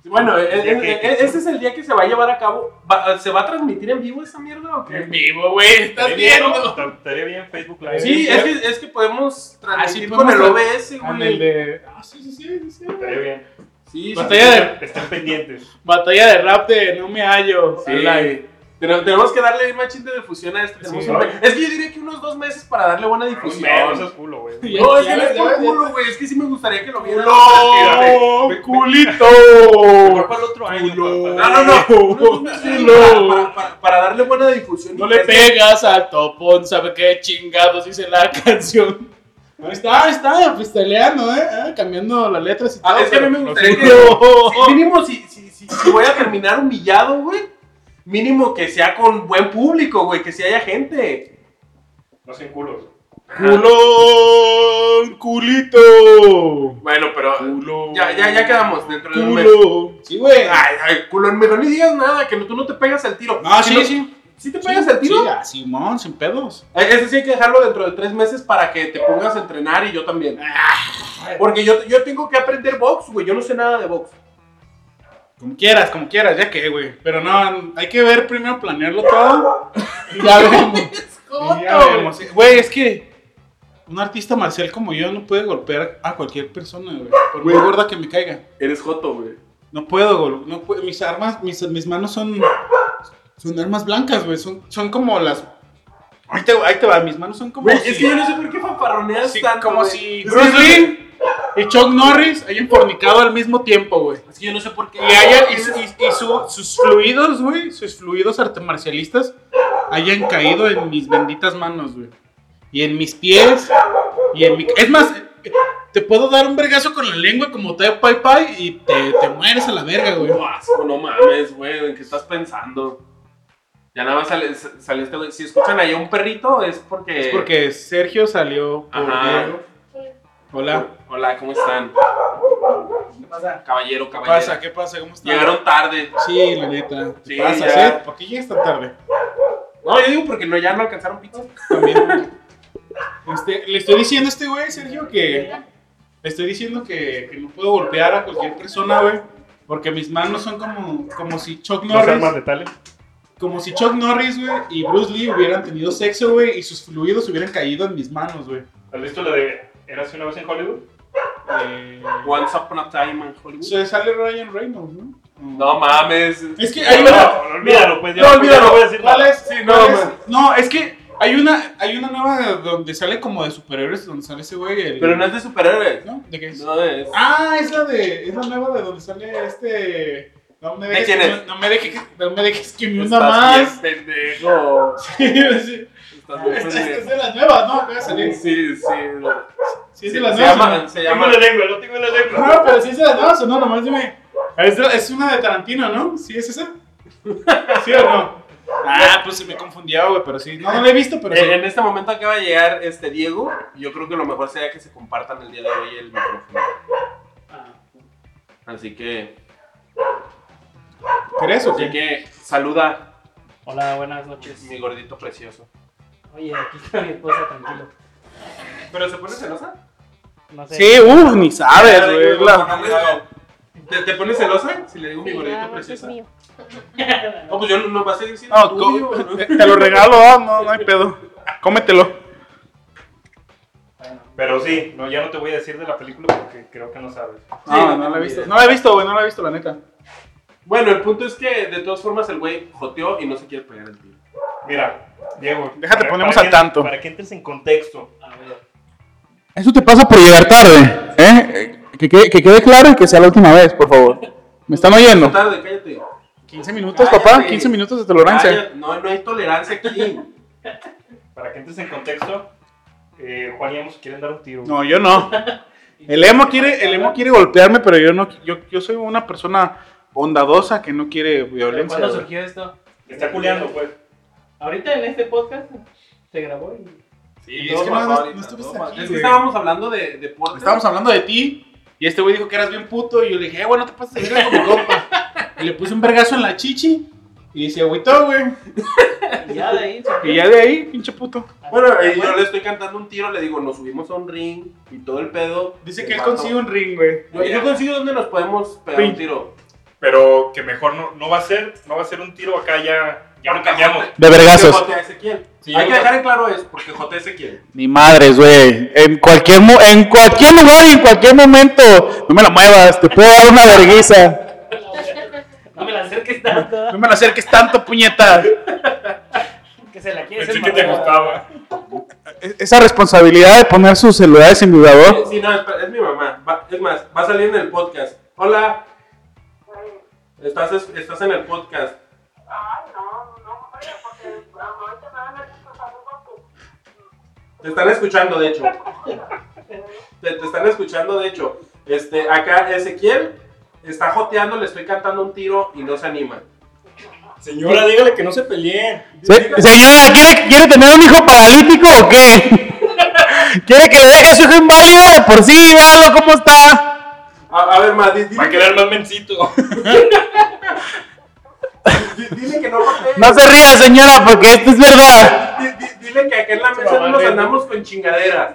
Bueno, eh,
El día
eh,
que-
eh, ese es el día que se va a llevar a cabo. ¿Va- ¿Se va a transmitir en vivo esa mierda o qué?
vivo, güey, estás
Estaría bien,
viendo.
¿no? Estaría- Estaría bien Facebook Live.
Sí, es que, es que podemos transmitir
Así
con
Ah, podemos
el
tra-
OBS,
Con el
güey.
de. Ah, sí, sí, sí, sí, sí.
Estaría bien.
Sí, sí,
Batalla de
Estén
*laughs*
pendientes.
Batalla de rap de no me hallo.
Sí.
Online.
Pero tenemos que darle más chin de difusión a esto. tenemos
Sí.
un- Es que yo diría que unos dos meses para darle buena
Un
difusión.
mes, eso es culo, güey.
Ya-
No, es
ya
que no
ves,
es
ya
por
ves, ya
culo,
ves.
güey. Es que sí me gustaría que lo vieran.
¡Culo! ¡Culito!
Mejor para el otro año.
Culo.
papá.
No, no, no. Unos dos meses
Culo.
para, para- para- para darle buena difusión.
No le pegas al topón, sabe qué chingados dice la *laughs* canción. Ahí está, ahí está, pisteleando, ¿eh? Ah, Cambiando las letras y
Ah,
todo.
es que a mí me
pero-
gustaría que-
¡Culo!
*laughs* Sí, mínimo, si, si, si, si voy a terminar humillado, güey. Mínimo que sea con buen público, güey. Que si haya gente.
No sean culos.
¡Culón! ¡Culito!
Bueno, pero.
¡Culo!
Ya, ya, ya quedamos dentro de un mes.
¡Culo! Sí, güey.
Ay, ay, culo, mejor ni digas nada, que no- tú no te pegas el tiro.
No,
Si
sí,
no-
sí.
Ah, ¿Sí te pegas el tiro?
Sí, ah, Simón, sin pedos.
Eh, Ese sí hay que dejarlo dentro de tres meses para que te pongas a entrenar y yo también. Porque yo, yo tengo que aprender box, güey. Yo no sé nada de box.
Como quieras, como quieras, ya que, güey. Pero no, hay que ver primero, planearlo todo. Y ya vemos. Y ya vemos. Güey, es que un artista marcial como yo no puede golpear a cualquier persona, güey. Por muy gorda que me caiga.
Eres joto, güey.
No puedo, güey. No puedo. Mis armas, mis, mis manos son. Son armas blancas, güey. Son, son como las. Ahí te, ahí te va, mis manos son como.
Güey,
si-
es que yo no sé por qué fanfarroneas
si-
tanto.
como
güey.
si
Es que
Bruce
yo no sé-
Lee y Chuck Norris hayan fornicado al mismo tiempo, güey.
Es que yo no sé por qué.
Y, haya- y su- y- y su- sus fluidos, güey, sus fluidos artemarcialistas hayan caído en mis benditas manos, güey. Y en mis pies. Y en mi... Es más, te puedo dar un vergazo con la lengua como te pai pai y te, te mueres a la verga, güey.
No, asco, no mames, güey, ¿en qué estás pensando? Ya nada más sale, sale este güey. Si escuchan ahí a un perrito es porque...
Es porque Sergio salió por
Ajá.
Diego. Hola.
Hola, ¿cómo están?
¿Qué pasa?
Caballero,
¿Qué
caballero.
pasa? ¿Qué pasa? ¿Cómo estás?
Llegaron tarde.
Sí, la neta. ¿Te
Sí,
pasas,
ya.
eh? ¿Por qué llegas tan tarde?
No, yo digo porque no, ya no alcanzaron pizza.
También. Este, le estoy diciendo a este güey, Sergio, que. Le estoy diciendo que, que no puedo golpear a cualquier persona, güey. Porque mis manos son como, como si Chuck
Las armas
Norris.
letales.
Como si Chuck Norris, güey, y Bruce Lee hubieran tenido sexo, güey, y sus fluidos hubieran caído en mis manos, güey.
¿Has visto la de Érase una vez en Hollywood?
Eh,
Once upon a time in Hollywood.
se sale Ryan Reynolds, ¿no?
No mames.
Es que
No,
hay una.
no, olvídalo, pues ya
no,
ya
olvídalo.
no voy a decir
¿Cuál
nada.
es?
Sí, no,
¿Cuál es?
man.
No, es que hay una, hay una nueva donde sale como de superhéroes, donde sale ese güey. el-
Pero no es de superhéroes.
¿No? ¿De qué es?
No es.
Ah, es la de. Es la nueva de donde sale este. No me dejes,
quién
que-
es?
No, me dejes, no me dejes que me hunda
Estás
más.
bien
*laughs*
pendejo.
Sí, sí.
Estás bien
Esta, esta es
pendejo.
de las nuevas, ¿no? Voy a
Sí,
salir.
sí.
Sí, es
Se
de las nuevas.
llama,
¿no?
se
Tengo
llama.
la lengua, no tengo la lengua.
No, pero sí es de las nuevas o no, nomás dime. Es, de- es una de Tarantino, ¿no? ¿Sí es *laughs* esa? ¿Sí o no? Ah, pues se me confundía, güey, pero sí. No, no la he visto, pero sí.
Eh, en este momento acaba de llegar este Diego. Yo creo que lo mejor sería que se compartan el día de hoy el micrófono. Así que,
¿Crees o
así
qué?
que saluda
Hola, buenas noches.
mi gordito precioso.
Oye, aquí está mi esposa, tranquilo.
¿Pero se pone celosa?
No sé.
Sí, uff, ni sabes,
Ya,
güey.
digo,
la-
no, no, no. ¿Te, te pones celosa si le digo mi
Sí, nada
gordito
más es
precioso?
mío.
No, pues yo no, no vas a decir
No, *laughs*
tuyo,
co-
¿no?
te, te lo regalo, ah, no, no hay pedo. Cómetelo.
Pero sí, no, ya no te voy a decir de la película porque creo que no sabes.
Ah, No, no la he visto. No la he visto, güey, no la he visto, la neta.
Bueno, el punto es que de todas formas el güey joteó y no se quiere pegar el tiro.
Mira, Diego.
Déjate,
para-
ponemos
para
al
que-
tanto.
Para que entres en contexto.
A ver.
Eso te pasa por llegar tarde, ¿eh? Que, que- que quede claro y que sea la última vez, por favor. ¿Me están oyendo?
Tarde, cállate.
15 minutos, papá,
Cállate.
15 minutos de tolerancia.
Cállate, No, no hay tolerancia aquí.
Para que entres en contexto, eh, Juan y Amos se quieren dar un tiro.
No, yo no. El emo quiere, el emo quiere golpearme, pero yo no, yo, yo soy una persona bondadosa que no quiere
¿Pero
violencia.
¿Cuándo
güey.
surgió esto?
Está culeando, pues.
Ahorita en este podcast se grabó y.
Sí,
es que
todo
no-
pasó
no
ahorita,
estuviste
todo pasó.
aquí,
Es que
güey.
estábamos hablando de deporte.
Estábamos hablando de ti y este güey dijo que eras bien puto y yo le dije, eh, bueno, no te pases de verga con mi compa. Y le puse un vergazo en la chichi y se agüitó, güey.
y ya de ahí. surgió.
Y ya de ahí, pinche puto.
Bueno, eh, yo le estoy cantando un tiro, le digo, nos subimos a un ring y todo el pedo.
Dice
El
que él
vato-
consigue un ring, güey.
Yo, yo consigo donde nos podemos pegar
Pin.
un tiro.
Pero que mejor no, no va a ser, no va a ser un tiro acá ya. Ya lo cambiamos.
De vergazos.
Porque jotea a Ezequiel.
Sí,
Hay
yo-
que dejar en claro eso, porque J Ezequiel.
Ni madres, güey. En cualquier, mo- en cualquier lugar y en cualquier momento. No me la muevas, te puedo dar una vergüenza.
No me la acerques tanto.
No me lo acerques tanto, puñeta.
Que se la quieres
Pensé que te gustaba.
E- Esa responsabilidad de poner sus celulares en vibrador.
Sí, no, espera, es mi mamá. Va- es más, va a salir en el podcast. Hola. Estás, es- estás en el podcast. Te están escuchando, de hecho. Te, te están escuchando, de hecho. Este, acá Ezequiel está joteando, le estoy cantando un tiro y no se anima.
Señora, dígale que no se peleen.
Se- señora, ¿quiere, quiere tener un hijo paralítico o qué? *laughs* ¿Quiere que le deje a su hijo inválido de por sí? Véalo cómo está.
A, a ver, ma, di- di-
Va a quedar más mencito.
di- *laughs* dile que no jotee.
No se ría, señora, porque esto es verdad.
Di- di- *laughs* Dile que acá en la mesa no nos andamos con chingaderas.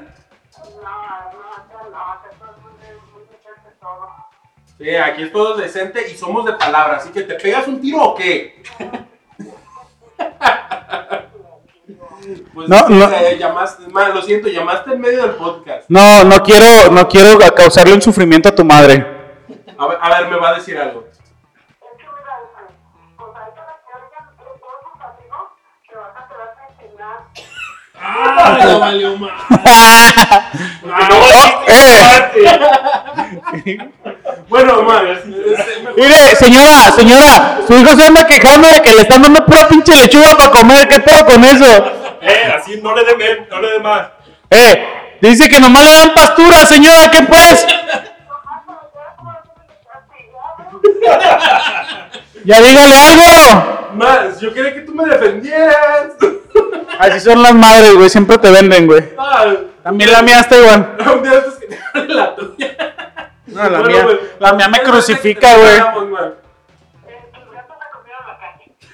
Sí, aquí es todo decente y somos de palabra, así que te pegas un tiro o qué? *laughs* pues
No,
sí,
no.
eh, llamaste, ma, lo siento, llamaste en medio del podcast.
No, no quiero, no quiero causarle un sufrimiento a tu madre. *laughs*
A ver, a ver, me va a decir algo.
¡Ah, ya valió más!
Oh,
Porque no
eh.
existe esa parte. Bueno, madre, es-
este,
es-
Mire, señora, señora, su hijo se anda quejando de que le están dando pura pinche lechuga para comer. ¿Qué pedo con eso?
eh, así no le dé men- no le dé más.
Eh, dice que nomás le dan pastura, señora, ¿qué pues? Ya dígale algo.
Más, yo quería que tú me defendieras.
Así son las madres, güey, siempre te venden, güey.
Ah,
*laughs*
También la mía está igual.
un día antes que te hable la tuya.
No, la
Bueno,
mía,
güey.
la mía me
Es
crucifica,
que te
güey.
pagamos, man.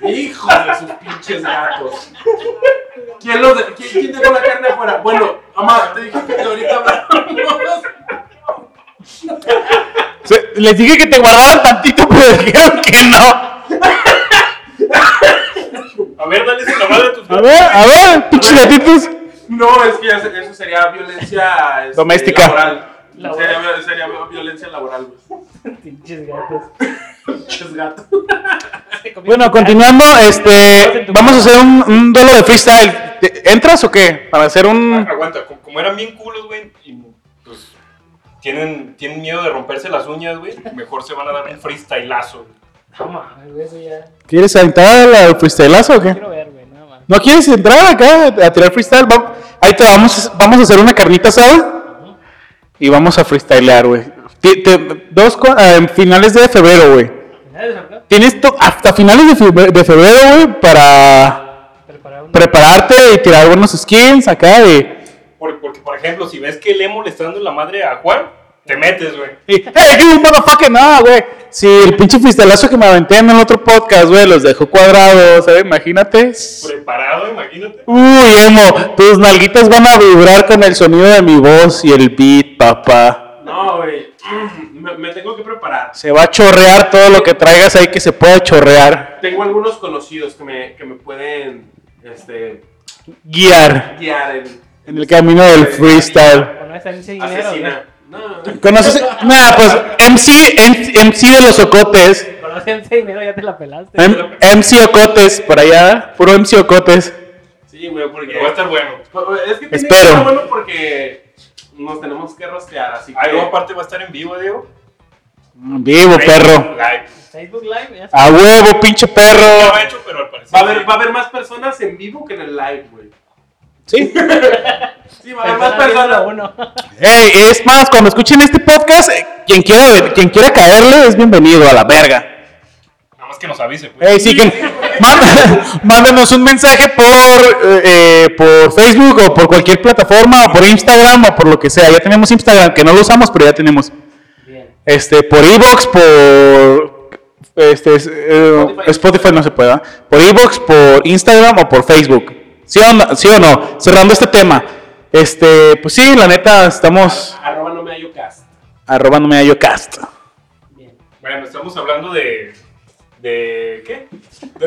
Hijo de sus pinches gatos. ¿Quién, los de- quién, quién dejó la carne afuera? Bueno, mamá, te dije que ahorita hablábamos.
Se- Les dije que te guardaban tantito, pero *laughs* dijeron que no.
A ver, dale ese trabajo de tus
A ver, a ver, pinches gatitos.
No, es que ya se- eso sería violencia este,
Doméstica.
Laboral.
Laboral.
Sería, vi- sería vi- violencia laboral, güey.
Pinches gatos.
Pinches gatos.
Bueno, continuando, este, vamos a hacer un, un duelo de freestyle. ¿Te- ¿Entras o qué? Para hacer un...
Ah, Aguanta, como, como eran bien culos, güey, y pues tienen, tienen miedo de romperse las uñas, güey, mejor se van a dar un freestyleazo. güey.
No mames, güey, eso ya.
¿Quieres entrar al freestyleazo o qué?
Quiero ver, güey, nada más.
¿No quieres entrar acá a tirar freestyle? Va- ahí te vamos, vamos a hacer una carnita asada y vamos a freestylear, güey. Ti- te- Dos co- ah, en finales de febrero, güey.
Nadie se acuerda.
Tienes to- hasta finales de febrero, de febrero, güey, para
Preparar un.
prepararte y tirar buenos skins acá y...
Por- Porque, por ejemplo, si ves que el emo le está dando la madre a Juan, te metes, güey.
Y, ¡Hey, you motherfucker! No, güey. Si el pinche freestelazo que me aventé en el otro podcast, güey, los dejó cuadrados, ¿sabes? Imagínate.
Preparado, imagínate.
Uy, emo, tus nalguitas van a vibrar con el sonido de mi voz y el beat, papá.
No, güey. Mm, Me, me tengo que preparar.
Se va a chorrear todo lo que traigas ahí que se pueda chorrear.
Tengo algunos conocidos que me, que me pueden este,
Guiar
guiar en
en el camino del freestyle.
Con esa pinche dinero,
asesina.
güey.
No.
¿Conoces? Nada, pues MC, MC, de los Ocotes.
Con ese dinero ya te la pelaste.
M- MC Ocotes, por allá. Puro MC Ocotes.
Sí, güey, porque.
Pero va a estar bueno.
Es que tiene
Espero.
que estar bueno porque nos tenemos que rostear, así que.
Ahí Ah, luego aparte va a estar en vivo, Diego.
Vivo, perro.
Live.
Facebook Live, ya
A huevo, pinche
No
perro.
lo ha hecho, pero al parecer.
Va a,
sí.
haber, va a haber más personas en vivo que en el live, güey.
Sí.
*laughs* Sí, va a haber más personas.
uno.
Ey, es más, cuando escuchen este podcast, eh, quien quiera, ver- quien quiera caerle es bienvenido a la verga.
Nada más que nos avise, pues.
Ey, sí, que, mán- *laughs* mándanos un mensaje por, eh, eh, por Facebook o por cualquier plataforma o por Instagram o por lo que sea. Ya tenemos Instagram, que no lo usamos, pero ya tenemos.
Bien.
Este, por Evox, por este, es- eh, Spotify.
Spotify.
no se puede, ¿verdad? Por Evox, por Instagram o por Facebook. ¿Sí o, no, ¿Sí o no? Cerrando este tema. Este, pues sí, la neta, estamos
Arroba no me hallo cast.
arrobándome a YoCast.
Bueno, estamos hablando de. ¿De qué? De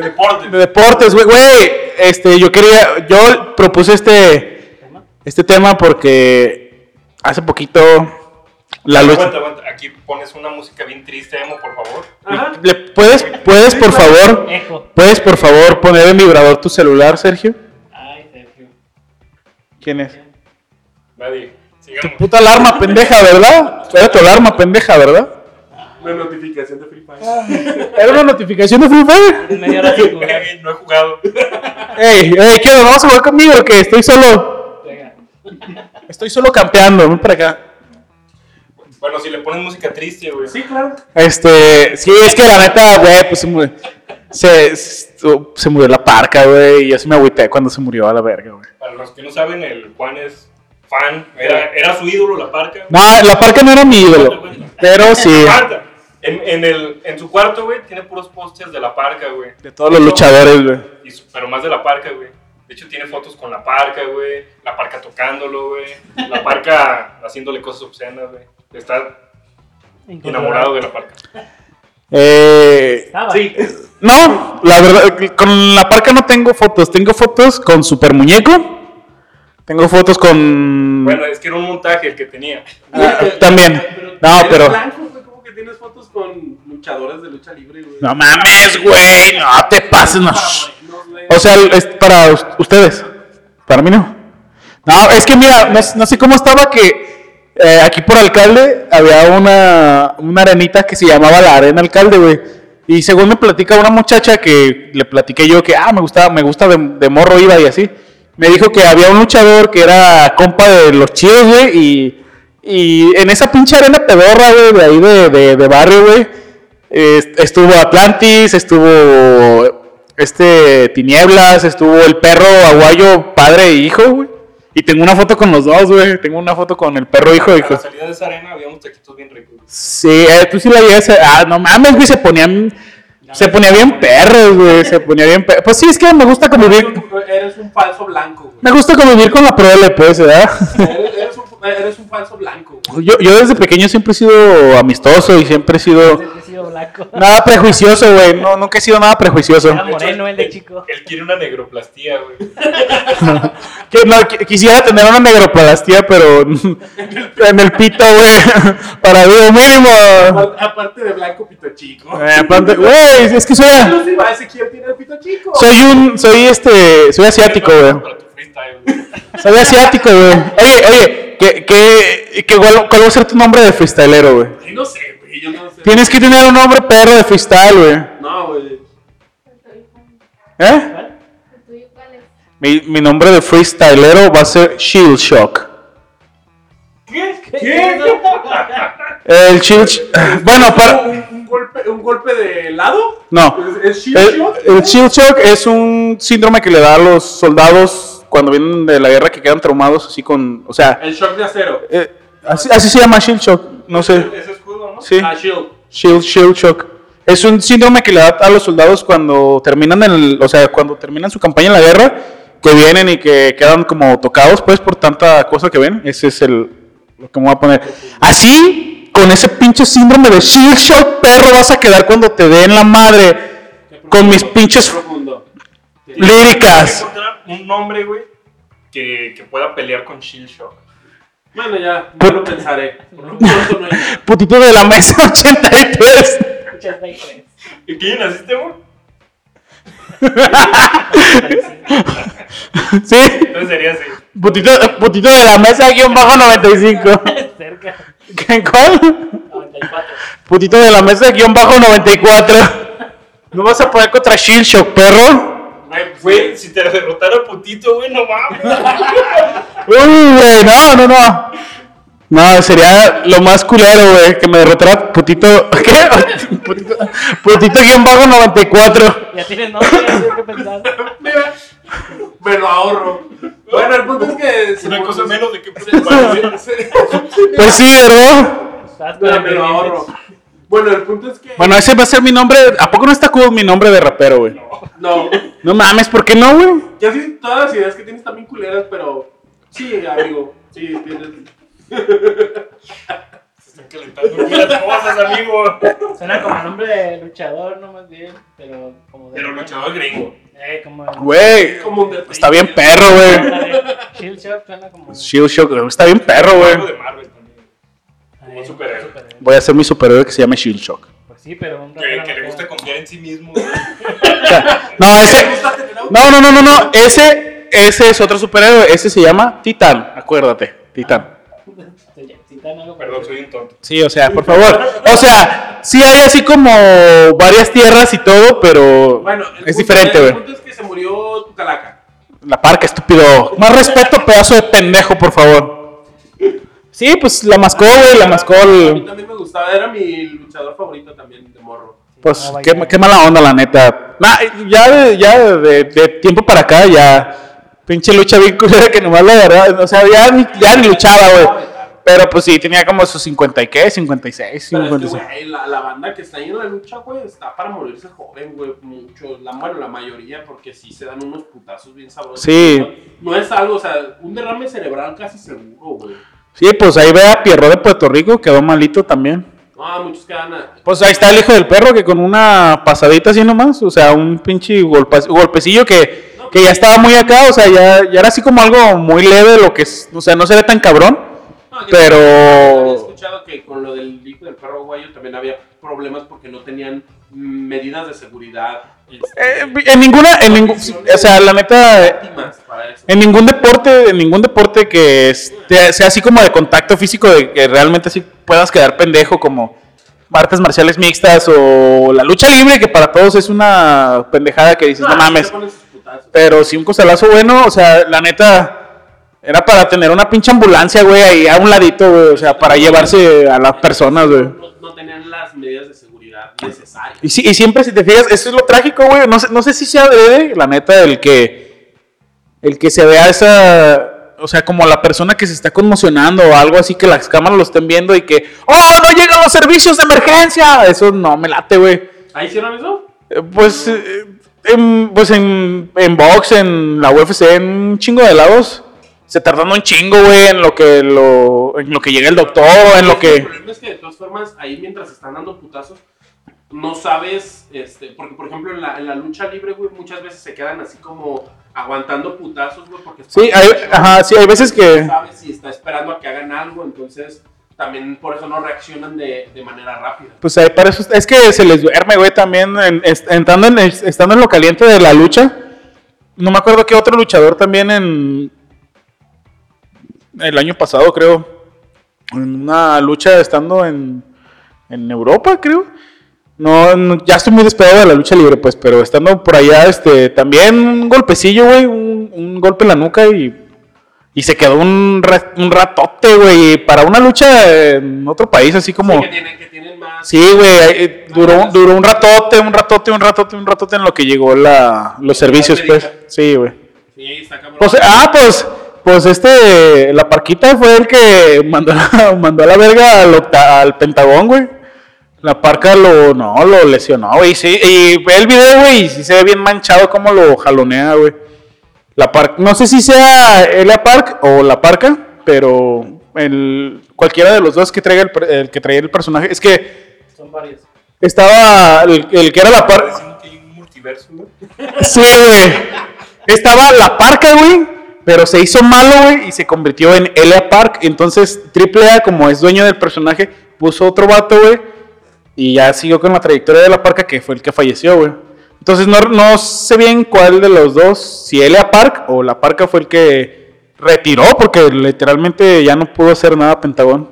*laughs*
deporte.
De deportes, güey, güey. Este, yo quería, yo propuse este, este tema porque hace poquito la
Aguanta,
lucha.
aguanta. Aquí pones una música bien triste, Emo, por favor.
Ajá.
¿Le puedes, puedes por favor,
Ejo.
puedes por favor poner en vibrador tu celular, Sergio?
Ay, Sergio.
¿Quién es?
Nadie.
Tu
Sigamos.
puta alarma pendeja, ¿verdad? Era tu alarma pendeja, ¿verdad?
Una notificación de Free Fire.
Era una notificación de Free Fire.
En media hora sin jugar.
Eh, no he jugado.
Ey, ey, ¿qué onda? ¿Vamos a jugar conmigo o qué? Estoy solo,
Venga.
estoy solo campeando, ven para acá.
Bueno, si le pones música triste, güey.
Sí, claro.
Este, sí, es que la neta, güey, pues se murió, se, se murió la parca, güey, y yo sí me agüité cuando se murió a la verga, güey.
Para los que no saben, el Juan es fan. Era, era su ídolo, la parca.
No, la parca no era mi ídolo, pero sí,
Parca. En, en, el, en su cuarto, güey, tiene puros pósters de la parca, güey.
de todos los luchadores, güey.
Y su- pero más de la parca, güey. De hecho, tiene fotos con la parca, güey. La parca tocándolo, güey. La parca haciéndole cosas obscenas, güey. Está enamorado de la parca.
Eh,
Estaba.
Sí.
no, la verdad, con la parca no tengo fotos, tengo fotos con Super Muñeco, tengo fotos con...
Bueno, es que era un montaje el que tenía.
Ah, también. No,
eres
pero-
blanco, güey, ¿cómo que tienes fotos con luchadores de lucha libre, güey?
No mames, güey, no te pases, no.
No, güey.
O sea, es para ustedes, para mí no. No, es que mira, no, no sé cómo estaba que eh, aquí por alcalde había una, una arenita que se llamaba la arena alcalde, güey. Y según me platica una muchacha que le platiqué yo que, ah, me gustaba, me gusta de, de morro iba y así. Me dijo que había un luchador que era compa de los chidos, güey, y, y en esa pinche arena pedorra, güey, de ahí de, de, de barrio, güey, est- estuvo Atlantis, estuvo este Tinieblas, estuvo el perro aguayo, padre e hijo, güey. Y tengo una foto con los dos, güey. Tengo una foto con el perro hijo y
A la
con-
salida de esa arena había unos taquitos bien ricos. güey.
Sí, eh, tú sí la llegas a... Ah, no mames, güey, se ponían... Se ponía bien perros, güey, se ponía bien perros. Pues sí, es que me gusta convivir...
Eres un falso blanco, güey.
Me gusta convivir con la prole, pues, ¿verdad?
Eres, eres un, eres un falso blanco, güey.
Yo, yo desde pequeño siempre he sido amistoso y siempre he sido...
He sido blanco.
Nada prejuicioso, güey. No, nunca he sido nada prejuicioso.
Era moreno el de chico.
Él quiere una negroplastía, güey.
*laughs* Que- no, qui- quisiera tener una negroplastia, pero *laughs* en el pito, güey. *laughs* Para vida mínimo.
Aparte de blanco, pito chico.
Eh, aparte- Güey, es que soy,
Yo sí, va, ese que tiene el pito chico.
soy un, soy este, soy asiático, güey.
Para tu freestyle, güey.
Soy asiático, güey. Oye, oye, ¿qué, qué, qué- cuál, cuál va a ser tu nombre de freestylero, güey?
Ay, no sé, güey, yo no sé.
Tienes que tener un nombre perro de freestyle, güey.
No, güey.
¿Eh? Mi, mi nombre de freestylero va a ser Shield Shock. El Shield Sh- *clears throat* Bueno, para...
¿Un, un golpe, ¿Un golpe de lado?
No.
¿Es, es shield
El,
shock?
el shield shock es un síndrome que le da a los soldados cuando vienen de la guerra que quedan traumados así con, o sea,
El shock de acero.
eh, así, así se llama shield shock, no sé,
Ese escudo, ¿no?
sí,
Ah, shield.
shield shield shock. Es un síndrome que le da a los soldados cuando terminan el, o sea, cuando terminan su campaña en la guerra, que vienen y que quedan como tocados pues por tanta cosa que ven. Ese es el lo que me voy a poner. Así con ese pinche síndrome de shield shock, perro, vas a quedar cuando te den la madre. Con mis pinches
Profundo.
Tienes que
líricas.
encontrar un nombre, güey, que, que pueda pelear con Shield Shock.
Bueno, ya, no lo pensaré. Por lo pronto no hay nada.
Putito de la mesa *laughs* 83.
Muchas gracias.
¿Y quién naciste, güey?
*laughs* Sí.
Entonces sería así.
Putito, putito de la mesa guión bajo 95.
Cerca.
¿Qué- ¿Cuál?
94.
Putito de la mesa guión bajo 94. No vas a poder contra Shield Shock, perro.
Güey, güey, si te derrotara putito, güey, no mames.
Uy, güey, no, no, no. No, sería lo más culero, güey, que me derrotara putito. *laughs* ¿Qué? Putito, putito guión bajo 94.
Ya
*laughs*
tienes nombre, ya tienes que pensar.
Mira, me lo ahorro. Bueno, el punto es que. se-
Una cosa
*laughs*
menos de que *laughs*
se- se-
Pues sí, ¿verdad?
Estás con
Mira,
el
me lo ahorro. Bueno, el punto es que.
Bueno, ese va a ser mi nombre. ¿A poco no está cool mi nombre de rapero, güey?
No.
No mames, ¿por qué no, güey?
Ya sí, todas las ideas que tienes también culeras, pero. Sí, amigo. Sí, tienes.
Se están calentando aquí las cosas, amigo.
Benito. Suena como nombre de luchador, no más bien. Pero como de.
Pero luchador gringo.
Eh, como. el-
Güey,
Como un detalle.
está bien perro, güey.
Ándale. Shield Shock suena como.
Shield Shock, está bien perro,
Algo
güey.
de Marvel también.
Como
superhéroe.
Voy a hacer mi superhéroe que se llame Shield Shock.
Pues sí, pero un
Que,
rapero
que
no
le gusta
queda.
confiar en sí mismo. güey.
No, ese. No, no, no, no, no. Ese, ese es otro superhéroe. Ese se llama Titán. Acuérdate, Titán.
Sí, ya, si tan algo
Perdón, soy un tonto.
Sí, o sea, por favor. O sea, sí hay así como varias tierras y todo, pero
Bueno, el
es
punto-
diferente,
El
güey.
punto es que se murió tu calaca.
La parca, estúpido. Más respeto, pedazo de pendejo, por favor. Sí, pues la mascó, güey, la mascó.
A mí
el-
también me gustaba, era mi luchador favorito también de morro.
Pues
Ah, vaya.
qué, ma- qué mala onda, la neta. Nah, ya de, ya de, de- de tiempo para acá, ya. Pinche lucha bien culera que nomás la verdad. O sea, ya ni, ya ni luchaba, güey. Pero pues sí, tenía como sus 50 y qué, 56,
Pero es que,
56.
güey, la, la banda que está ahí en la lucha, güey, está para morirse joven, güey, mucho. La, bueno, la mayoría, porque sí se dan unos putazos bien sabrosos.
Sí.
No es algo, o sea, un derrame cerebral casi seguro, güey.
Sí, pues ahí ve a Pierrot de Puerto Rico, quedó malito también.
No, Ah, muchos quedan. a-
Pues ahí está el hijo del perro que con una pasadita así nomás, o sea, un pinche golpa- golpecillo que, que ya estaba muy acá, o sea, ya, ya era así como algo muy leve, lo que es, o sea, no se ve tan cabrón,
No, yo
Pero-
había escuchado acuerdo que con lo del hijo del perro guayo también había problemas porque no tenían mm, medidas de seguridad. este,
Eh, en ninguna, en ningún, o sea, la neta, eh,
óptimas para eso.
en ningún deporte, en ningún deporte que este- sea así como de contacto físico, de que realmente así puedas quedar pendejo como artes marciales mixtas o la lucha libre, que para todos es una pendejada que dices, no,
ahí
mames.
te Ah, ponen sus putazos.
Pero sí un costalazo bueno, o sea, la neta, era para tener una pinche ambulancia, güey, ahí a un ladito, güey, o sea, para llevarse a las personas, güey.
No, no tenían las medidas de seguridad necesarias.
Y, sí- y siempre, si te fijas, eso es lo trágico, güey. No sé, no sé si sea adrede, la neta, el que, el que se vea esa. O sea, como la persona que se está conmocionando o algo así, que las cámaras lo estén viendo y que. ¡Oh, no llegan los servicios de emergencia! Eso no me late, güey.
¿Ahí hicieron eso?
Eh, Pues. eh, en, pues en, en box, en la UFC, en un chingo de lados. Se tardan un chingo, güey, en lo que lo, en lo que llega el doctor, en lo
El
que.
problema es que de todas formas, ahí mientras están dando putazos, no sabes, este, porque por ejemplo en la, en la lucha libre, güey, muchas veces se quedan así como aguantando putazos, güey, porque...
Sí, hay, ajá, sí, hay veces que.
No sabes si está esperando a que hagan algo, entonces también por eso no reaccionan de, de manera rápida.
Pues ahí para eso es que se les duerme, güey, también en- est- entrando en, es- estando en lo caliente de la lucha. No me acuerdo qué otro luchador también en el año pasado, creo, en una lucha estando en en Europa, creo. No, no, ya estoy muy despegado de la lucha libre, pues, pero estando por allá, este, también un golpecillo, güey, un, un golpe en la nuca y, y se quedó un, ra- un ratote, güey, para una lucha en otro país, así como...
Sí, que, tienen, que tienen más...
Sí, güey, eh, duró, duró un ratote, un ratote, un ratote, un ratote en lo que llegó la, los servicios, pues. Sí, güey.
Sí, ahí está cabrón.
Pues, eh, ah, pues, pues este, la parquita fue el que mandó, a- mandó a la *laughs* verga al, octa- al Pentagón, güey. La parca lo, no, lo lesionó, güey. Sí, y ve el video, güey, y sí se ve bien manchado como lo jalonea, güey. La parca, no sé si sea Elia Park o la parca, pero el, cualquiera de los dos que traiga el, per- el que traía el personaje, es que
Son varios.
estaba el, el que era la parca.
Diciendo que hay un multiverso, güey.
Sí, güey. Estaba la parca, güey. Pero se hizo malo, güey, y se convirtió en Elia Park. Entonces, AAA, como es dueño del personaje, puso otro vato, güey. Y ya siguió con la trayectoria de la parca, que fue el que falleció, güey. Entonces, no, no sé bien cuál de los dos, si Elia Park o la parca fue el que retiró, porque literalmente ya no pudo hacer nada a Pentagón.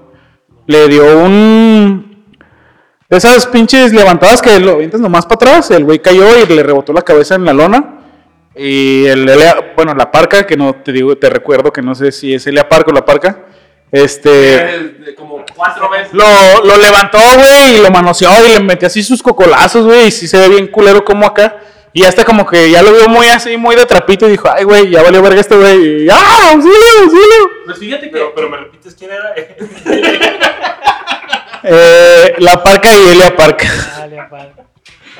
Le dio un de esas pinches levantadas que lo avientas nomás para atrás, el güey cayó y le rebotó la cabeza en la lona. Y el Elia- bueno, la parca, que no te digo, te recuerdo que no sé si es Elia Parca o la parca, este,
Eh, de- como cuatro veces.
lo, lo levantó, güey, y lo manoseó y le metió así sus cocolazos, güey, y sí se ve bien culero como acá. Y hasta como que ya lo vio muy así, muy de trapito y dijo, ay, güey, ya valió verga este güey. Y, ¡Ah, auxilio, auxilio!
Pues fíjate que...
Pero, pero me repites quién
*laughs*
era.
Eh, la parca y Elia Parca. *laughs*
Dale, aparte.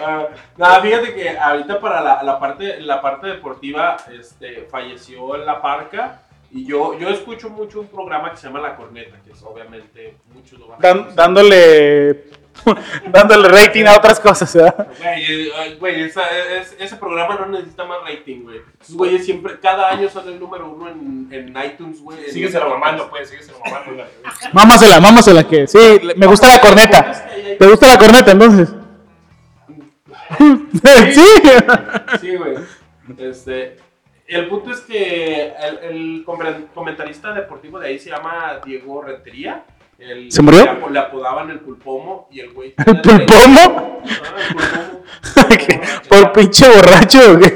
Ah, nada, fíjate que ahorita para la, la parte, la parte deportiva este, falleció en la parca y yo, yo escucho mucho un programa que se llama La Corneta, que es obviamente muchos lo van a
Dan-
conocer.
dándole, *laughs* dándole rating a otras cosas, ¿verdad?
Güey, eh, ay, güey, esa- es- ese programa no necesita más rating, güey. Esos güeyes siempre, cada año son el número uno en, en iTunes, güey. en-
Síguese la mamando, pues, síguese la mamando. güey.
Mámasela, mámasela que. Sí, le- me gusta la corneta. ¿Te gusta la corneta entonces? *laughs* sí. *laughs*
Sí, güey. Este, el punto es que el, el comen- comentarista deportivo de ahí se llama Diego Rentería. El-
¿Se murió?
Le, apo- le apodaban el pulpomo y el güey.
¿El pulpomo?
Ah, el
*laughs*
pulpomo.
Por pinche borracho, güey.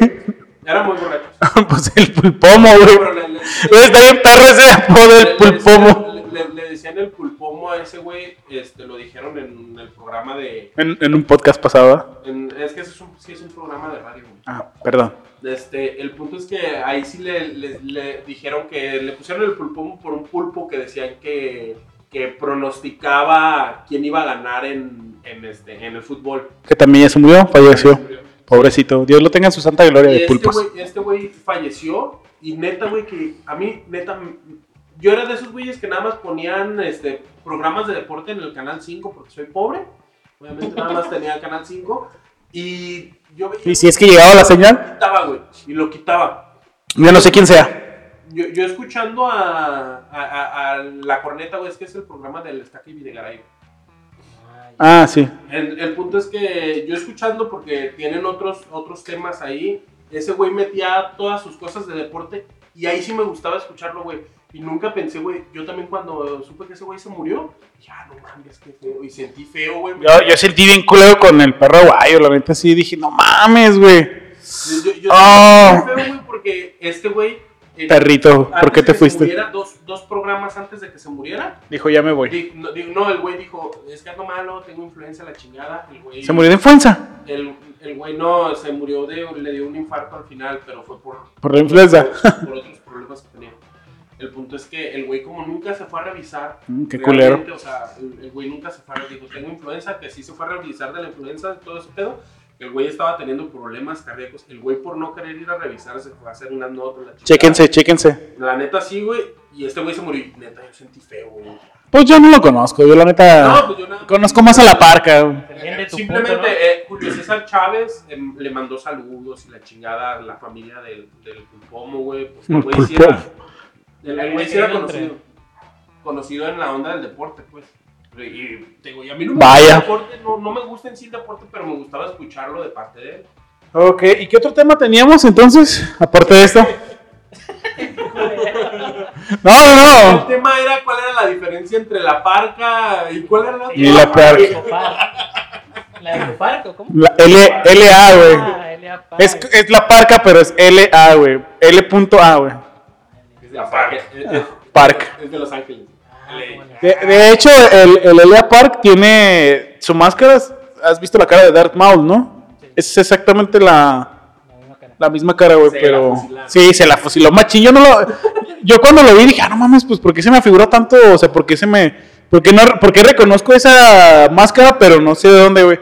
Era muy borracho.
Pues el pulpomo, *laughs* güey.
Pero le- le-
Güey, Está bien perro ese apodo
le-
del
le
pulpomo.
decían- Le, le decían el pulpomo a ese güey, este, lo dijeron en el programa de...
En, en un podcast pasado. ¿verdad?
en- es que eso es un, sí es un programa de radio, güey.
Ah, perdón.
Este, el punto es que ahí sí le, le- le dijeron que le pusieron el pulpo por un pulpo que decían que, que pronosticaba quién iba a ganar en, en, este, en el fútbol.
Que también ya se murió, falleció. Pobrecito. Dios lo tenga en su santa gloria
Y
de
este
pulpos.
güey este güey falleció y neta, güey, que a mí, neta, yo era de esos güeyes que nada más ponían este, programas de deporte en el Canal 5 porque soy pobre. Obviamente nada más tenía el Canal 5 y yo veía-
Y si es que llegaba la señal,
quitaba, güey, y lo quitaba.
yo no sé quién sea.
yo, yo escuchando a, a- a- a La Corneta, güey, es que es el programa del Estaca y Videgaray. güey.
Ah, sí.
El, el punto es que yo escuchando, porque tienen otros, otros temas ahí, ese güey metía todas sus cosas de deporte y ahí sí me gustaba escucharlo, güey. Y nunca pensé, güey, yo también cuando supe que ese güey se murió, ya no mames, qué feo. Y sentí feo, güey.
Yo, yo sentí bien culero con el perro guayo, la neta sí. Dije, no mames, güey.
Yo, yo- yo
Oh.
sentí feo, güey, porque este güey... eh,
Perrito,
antes
¿por qué
de que
te
se
fuiste?
muriera, dos, dos programas antes de que se muriera,
Dijo, ya me voy.
Di- No, di- no, el güey dijo, es que ando malo, tengo influenza, la chingada. El güey,
Se murió de influenza.
El, el güey no, se murió de, le dio un infarto al final, pero fue por,
Por la influenza.
por, por otros problemas que tenía. El punto es que el güey como nunca se fue a revisar.
Mm, qué
realmente,
culero.
O sea, el el güey nunca se fue a revisar. Dijo, tengo influenza, que sí se fue a revisar de la influenza, de todo ese pedo. El güey estaba teniendo problemas cardíacos. El güey por no querer ir a revisar se fue a hacer unas notas. la chingada.
Chéquense, chéquense.
La neta sí, güey. Y este güey se murió. y Neta, yo sentí feo, güey.
Pues yo no lo conozco, yo la
No,
neta.
pues yo nada-
Conozco más a la parca. güey.
Depende de tu
Simplemente
punto, ¿no?
eh, Julio César Chávez em, le mandó saludos y la chingada a la familia del, del Pulpomo, güey. Pues, el
El
güey sí era, el- el
Ahí
güey
me
sí era
llega el tren.
conocido. Conocido en la onda del deporte, pues. Y, y, te digo, y a mí no me
Vaya.
gusta el deporte, no, no me gusta en sí el deporte, pero me gustaba escucharlo de parte de él.
Ok, ¿y qué otro tema teníamos entonces? Aparte de esto.
*laughs*
No, no,
El
no.
tema era cuál era la diferencia entre la parca y cuál era la otra.
Y la parca.
Copar. ¿La de Copar o cómo?
La L, LA, güey.
Ah, L.A. Park.
Es, es la parca, pero es LA, güey. L.A, güey.
Es de la parca. Es, es-
Ah, Park.
es de Los Ángeles.
Ah, cómo no.
De, de hecho, el, el LA Park tiene su máscara. Has visto la cara de Darth Maul, ¿no? Es exactamente la,
La misma cara.
la misma cara, güey,
Se la
pero...
fusilaron.
Sí, se la fusiló machín. Yo no lo... Yo cuando lo vi dije, ah, no mames, pues, ¿por qué se me afiguró tanto? O sea, ¿por qué se me... ¿Por qué, no, por qué reconozco esa máscara, pero no sé de dónde, güey?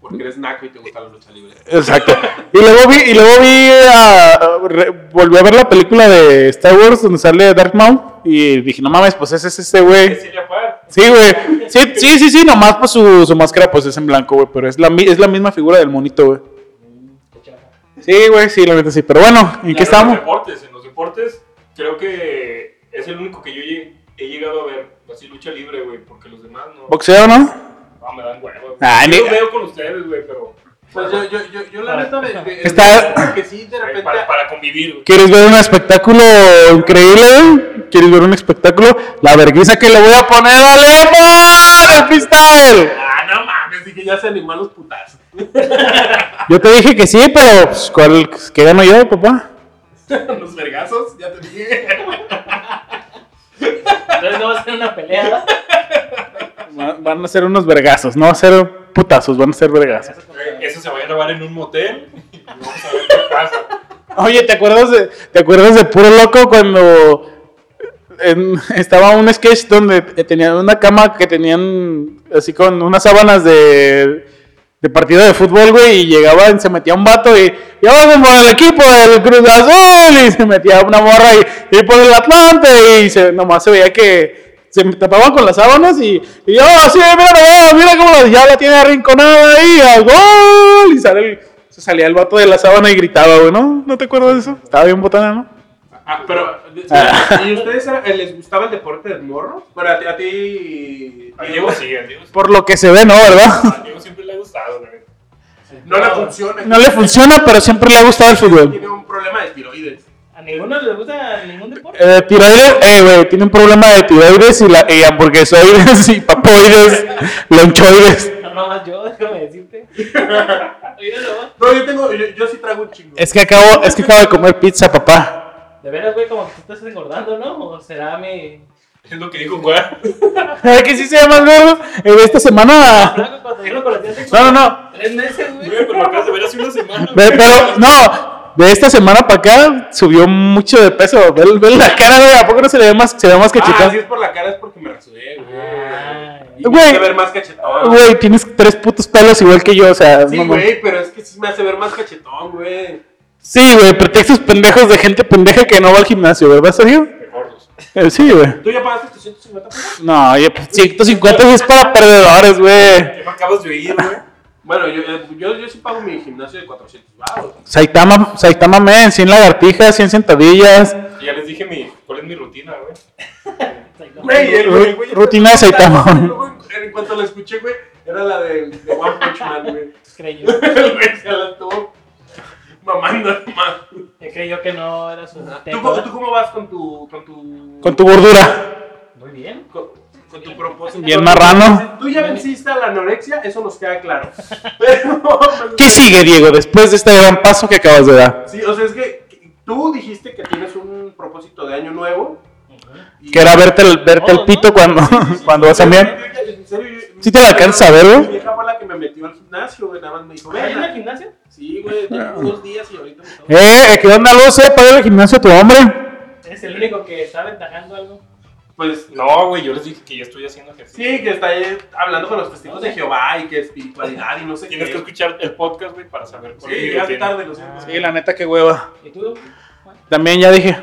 Porque eres naco y te gusta la lucha libre.
Exacto. Y luego vi, y luego vi a- re- volví a ver la película de Star Wars donde sale Darth Maul y dije, no mames, pues ese es este güey.
Cecilia Juárez.
Sí, güey. Sí, sí, sí, sí, nomás pues su, su máscara pues es en blanco, güey, pero es la, mi- es la misma figura del monito, güey. Sí, güey, sí, la neta sí, pero bueno, ¿en qué
Claro,
estamos?
En los deportes, en los deportes creo que es el único que yo lle- he llegado a ver, así lucha libre, güey, porque los demás no,
Boxeo, ¿no?
no me dan hueva. güey.
Ah,
yo
ni-
los veo con ustedes, güey, pero
Pues yo, yo, yo, yo la neta de, de-
Está-
que sí, de
güey,
repente
para, para convivir, güey.
¿Quieres ver un espectáculo increíble? güey? ¿Quieres ver un espectáculo? La vergüenza que le voy a poner a Lemon, el freestyle.
Ah, no mames, dije ya se animó a los putazos. *laughs*
Yo te dije que sí, pero pues, ¿cuál, ¿qué gano yo, papá?
los vergazos, ya te dije.
Entonces no va a ser una pelea.
Va- Van a ser unos vergazos, no va a ser putazos, van a ser vergazos.
Güey, Eso se va a grabar en un motel y vamos a ver qué pasa.
Oye, ¿te acuerdas de, ¿te acuerdas de Puro Loco cuando en- *laughs* estaba un sketch donde tenían una cama que tenían así con unas sábanas de, de partido de fútbol, güey, y llegaban, se metía un vato y ya vamos por el equipo del Cruz Azul *laughs* y se metía una morra y, y por el Atlante y se, nomás se veía que se tapaban con las sábanas y, y yo, sí, mira, mira, mira cómo la- ya la tiene arrinconada ahí, a gol, y sale el- se salía el vato de la sábana y gritaba, güey, ¿no? ¿No te acuerdas de eso? Estaba bien botana, ¿no?
Ah, pero.
Ah.
¿Y ustedes era- les gustaba el deporte del morro? Bueno, a ti. A ti
Al Diego sí, al Diego, sí.
Por lo que se ve, ¿no? ¿Verdad? *laughs*
Al Diego siempre le ha gustado, güey.
no le funciona.
No le funciona, pero siempre le ha gustado el fútbol.
Tiene un problema de tiroides.
A ninguno les gusta ningún deporte.
Eh, tiroides, eh, güey, tiene un problema de tiroides y, la, y hamburguesoides y papoides, lonchoides.
No, no, yo, déjame decirte. Oíralo.
No, yo tengo. Yo, yo sí trago un chingo.
Es que acabo, es que acabo de comer pizza, papá.
De veras, güey, como que tú estás engordando, ¿no? O será mi.
Es lo que dijo Juan.
¿Sabes que sí se llama gordo? Eh, esta semana.
Flaco, cuando yo lo conocí hace como
No, no, no.
Tres meses, güey.
Güey, pero lo acabas de ver hace una semana. güey.
Ve, pero, no. De esta semana para acá subió mucho de peso. Ve, ve la cara, güey. ¿A poco no se le ve más, se ve más
Ah, si
cachetón?
es por la cara, es porque me rasuré, güey.
Ay.
Y me
Güey.
hace ver más cachetón.
Güey, tienes tres putos pelos igual que yo, o sea,
Sí,
no mames.
güey, pero es que sí me hace ver más cachetón, güey.
Sí, güey, pretextos pendejos de gente pendeja que no va al gimnasio, ¿verdad, Sergio?
De gordos.
Eh, sí, güey.
¿Tú ya pagaste tus 150 pesos?
No, oye, pues 150 es para perdedores, güey.
Ya me acabas de oír, güey.
Bueno, yo, eh, yo, yo sí pago mi gimnasio de 400 baros.
Saitama, Saitama Men, 100 lagartijas, 100 sentadillas.
Ya les dije mi, cuál es mi rutina, güey.
Güey, el- el güey-
Rutina de Saitama.
Luego, En cuanto la escuché, güey, era la de, de One Punch Man, güey.
Creyó.
*laughs* El güey se la estuvo mamando, mamá.
que creyó que no era su
¿Tú,
tema.
cómo- ¿Tú cómo vas con tu. con tu.
Con tu gordura.
Muy bien.
con, con tu propósito?
Bien marrano.
Tú ya venciste a la anorexia, eso nos queda
*laughs*
claro. Pero. pues,
¿Qué sigue, Diego, después de este gran paso que acabas de dar?
Sí, o sea, es que que tú dijiste que tienes un propósito de año nuevo. y-
Que era verte el, verte el
Todos,
pito
¿no?
cuando,
Sí, sí,
*laughs* cuando
sí,
vas a
yo-
miar.
yo- yo- en serio, yo-
¿Sí te la alcanzas a ver, güey?
Mi vieja fue la que me metió al gimnasio, güey. Nada más me dijo,
¿Hay una
ven.
gimnasia?
Sí, güey, tengo dos días y ahorita me estaba-
Ah. Eh, ¿qué onda, Luce? ¿Paga el gimnasio a tu hombre?
Eres el único que está aventajando algo.
Pues
No, güey, yo les dije que ya estoy haciendo ejercicio.
sí, que está ahí hablando con los testigos de Jehová y que espiritualidad y no sé
Tienes que
qué.
escuchar el podcast, güey, para saber cuál
Sí,
es mi
llegaste
rutina.
tarde, lo siento.
Sí, la neta, qué hueva.
¿Y tú?
También ya dije.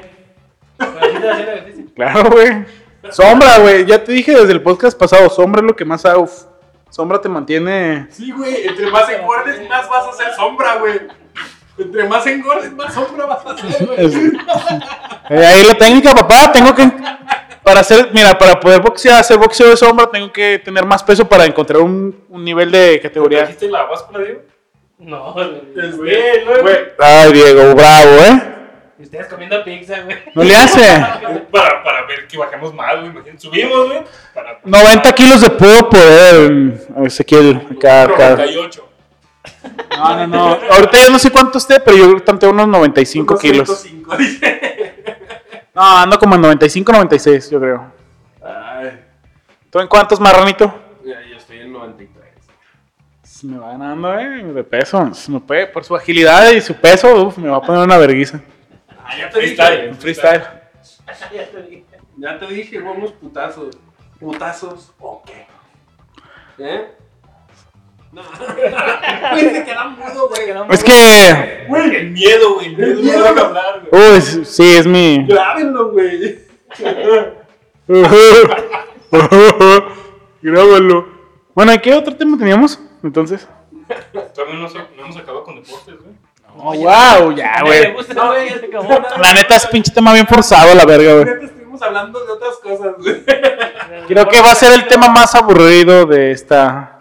¿Por aquí estás haciendo ejercicio?
Claro, güey. Sombra, güey. Ya te dije desde el podcast pasado, sombra es lo que más hago. Sombra te mantiene.
Sí, güey, entre más engordes, más vas a hacer sombra, güey. Entre más engordes, más sombra vas a hacer,
*laughs*
güey.
Es- Eh, ahí la técnica, papá. Tengo que. Para hacer, mira, para poder boxear, hacer boxeo de sombra, tengo que tener más peso para encontrar un, un nivel de categoría.
¿Trajiste la báscula, Diego?
Ah,
No,
Este,
Güey,
güey.
Ay, Diego, bravo, ¿eh?
Y ustedes comiendo pizza, güey.
No le hace.
Para, para ver que bajemos más, güey. imagínate. Subimos, güey. Para
90 kilos de puro poder, Ezequiel. Acá, acá.
98.
No, no, no. Ahorita ya no sé cuánto esté, pero yo creo que tanteo unos 95
Unos
kilos.
105, dice.
No, ando como en 95, 96, yo creo.
*laughs* Ay,
¿Tú en cuántos, marranito?
mira, yo estoy en 93.
Se Me va ganando, eh, de peso. Se me puede- por su agilidad y su peso, uf, me va a poner una verguiza.
Ah, ya te
Freestyle.
dije.
Un freestyle.
Ya te dije.
Ya te dije, güey, unos putazos. ¿Putazos o qué? ¿Eh? No. *laughs* Güey, se queda mudo, güey.
Es que.
Güey, el miedo, güey. El miedo,
miedo.
no deja hablar, güey.
Uy, sí, es mi.
Grábenlo, güey.
*laughs* Grábalo. Bueno, ¿y qué otro tema teníamos? Entonces.
Todavía no, se- no hemos acabado con deportes, güey.
Oh, wow, ya,
Me
güey.
gusta, güey, ya se
*laughs*
acabó.
La neta es pinche tema bien forzado, la verga, güey.
Ahorita estuvimos hablando de otras cosas, *laughs* güey.
Creo que va a ser el tema más aburrido de esta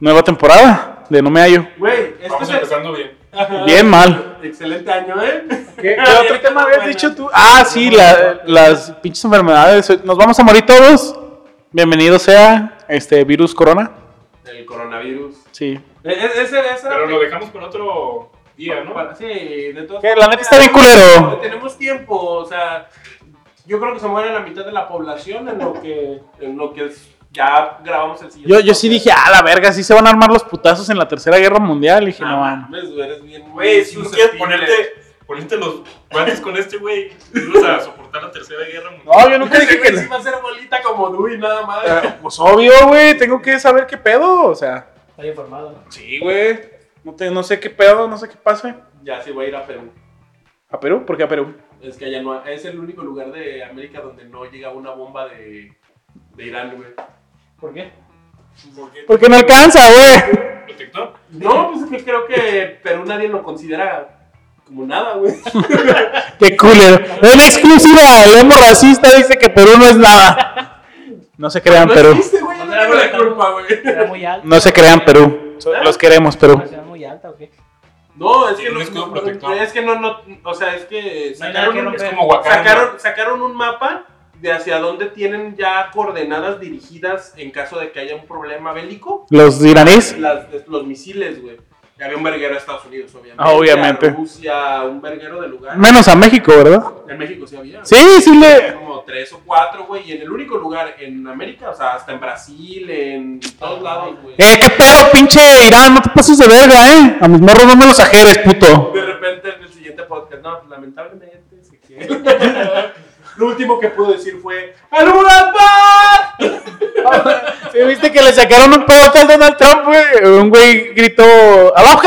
nueva temporada de No Me Hallo.
Güey, este
Vamos
es el-
empezando bien.
Bien mal.
Excelente año, ¿eh?
¿Qué,
Ah,
otro
ya
tema
está
habías
buena.
dicho tú? Ah, sí, la- las pinches enfermedades. Nos vamos a morir todos. Bienvenido sea este virus corona.
El coronavirus.
Sí.
E- e- ese, ese era
Pero lo dejamos para otro día, ¿no?
para- sí, de todas
Que la neta está bien
No
culero.
Tenemos tiempo, o sea, yo creo que se muere la mitad de la población en lo que, en lo que es- ya grabamos el siguiente.
Yo, yo sí dije, ah, la verga, sí se van a armar los putazos en la tercera guerra mundial. Y dije, no,
no,
van.
Ah, mames, güey, eres bien.
Güey, si no
susceptible.
quieres ponerte, ponerte los guantes con este, güey, ibas a soportar la tercera guerra mundial.
No, yo nunca
Ese
dije que.
güey sí va a ser bolita como Dui, nada más.
Ah, Pues obvio, güey, tengo que saber qué pedo. O sea,
Está informado, ¿no?
sí, güey. No, te- no sé qué pedo, no sé qué pase.
Ya sí voy a ir a Perú.
¿A Perú? ¿Por qué a Perú?
Es que allá no, ha- es el único lugar de América donde no llega una bomba de, de Irán, güey.
¿Por qué?
Porque no alcanza, güey.
¿Protector?
No, pues es que creo que Perú nadie lo considera como nada, güey.
Qué culero. En exclusiva, el emo racista dice que Perú no es nada. No se crean,
No
Perú.
existe, güey, yo no tengo la culpa, güey.
¿Será muy alta?
No se crean, Perú. Los queremos, Perú.
¿Será muy alta o qué?
No, es que
Tiene
no,
un escudo
no-
protector.
es que no, no, o sea, es que
No hay nada que
sacaron,
Es
romper.
como Wakanda.
sacaron, sacaron un mapa de hacia dónde tienen ya coordenadas dirigidas en caso de que haya un problema bélico,
Los iraníes.
las, los misiles, güey. Y había un verguero a Estados Unidos, obviamente.
Ah, obviamente.
A Rusia, un verguero de lugar.
Menos a México, ¿verdad?
En México sí había.
Sí, sí le.
Como tres o cuatro, güey. Y en el único lugar en América, o sea, hasta en Brasil, en todos lados, güey.
Eh, qué pedo, pinche Irán, no te pases de verga, eh. A mis morros no me los ajeres, puto.
De repente en el siguiente podcast, no, pues, lamentablemente se quedó. *laughs* Lo último que pudo decir fue ¡Allahu
*laughs*
Akbar!
¿Sí viste que le sacaron un pedo al Donald Trump, güey? Un güey gritó, *laughs* ¡Abajo!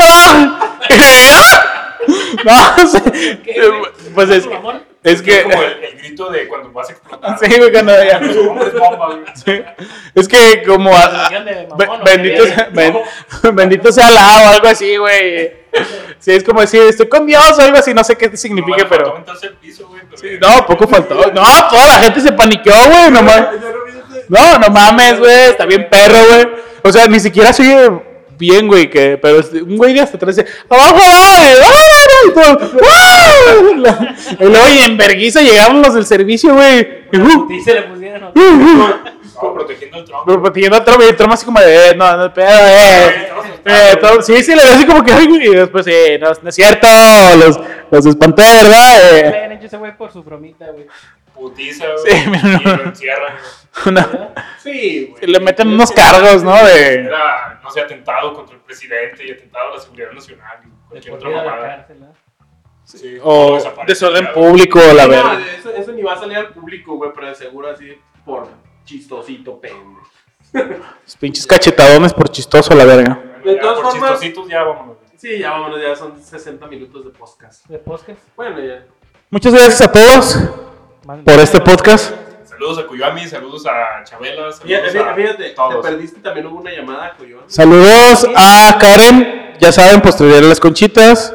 no, se-
¿Qué, güey?
"Ah". *laughs* pues es que,
¿Por amor?
Es que.
como el, el grito de cuando vas a explotar.
*laughs* Sí, güey, cuando ya-
*laughs*
¿Cómo es bomba, güey?
sí. Es que como. a- a-
Digan de mamón,
be-
o sea,
bendito,
bien.
sea, ben- *laughs* bendito sea la o algo así, güey. Sí, es como decir, estoy con Dios o algo así, no sé qué significa,
Nomás le faltó
pero.
aventarse al piso, güey, pero
Sí,
ya.
no,
*laughs*
poco faltó. No, toda la gente se paniqueó, güey, no mames. No, no mames, güey, está bien perro, güey. O sea, ni siquiera se oye bien, güey, que, pero este, un güey de hasta atrás dice, ¡abajo, güey! ¡Abajo, güey! Y todo, ¡ah! Y luego, y en vergüenza llegaron los del servicio, güey. Y, uh,
Dice, le pusieron.
uh, uh.
Como protegiendo el tronco.
Pero Protegiendo a Trump, y Trump así como de, eh, no, no, pedo, eh. Eh, Trump- sí, sí, le ve así como que, ay, güey, y después, eh, no, no es cierto, los, los espanté, ¿verdad?
Le
Eh,
han hecho ese güey por su bromita, güey.
Putiza, güey.
Sí, mira,
y
no.
lo encierran, güey.
una-
Sí, güey.
le meten unos cargos, ¿no? De...
Era, no sé, atentado contra el presidente y atentado a la seguridad nacional. y
Le
Cualquier otra
ponía a la
mamada.
cárcel, ¿no?
Sí, todo
O
desaparecido.
desorden público, la
No,
verdad.
eso, eso ni va a salir al público, güey, pero de seguro así por chistosito, pendejo.
Los pinches cachetadones por chistoso, la verga.
Bueno,
De
ya,
todas
por
formas-
chistositos, ya vámonos. güey.
Sí, ya vámonos, ya son 60 minutos de podcast.
De podcast.
Bueno, ya.
Muchas gracias a todos por este podcast.
Saludos a Cuyami, saludos a Chabela,
Fíjate,
saludos a
fíjate, te
todos.
perdiste también hubo una llamada, coyón.
Saludos a Karen, ya saben, postrería las conchitas.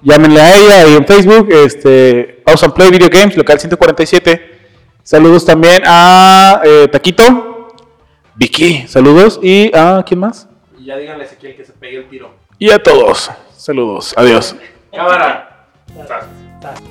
Llámenle a ella ahí en Facebook, este, Pause and Play Video Games, local 147. Saludos también a eh, Taquito, Vicky, saludos. Y a, ¿quién más?
Y ya díganle a Ezequiel que se pegue el tiro.
Y a todos, saludos, adiós.
Cámara.
Gracias.
Tas.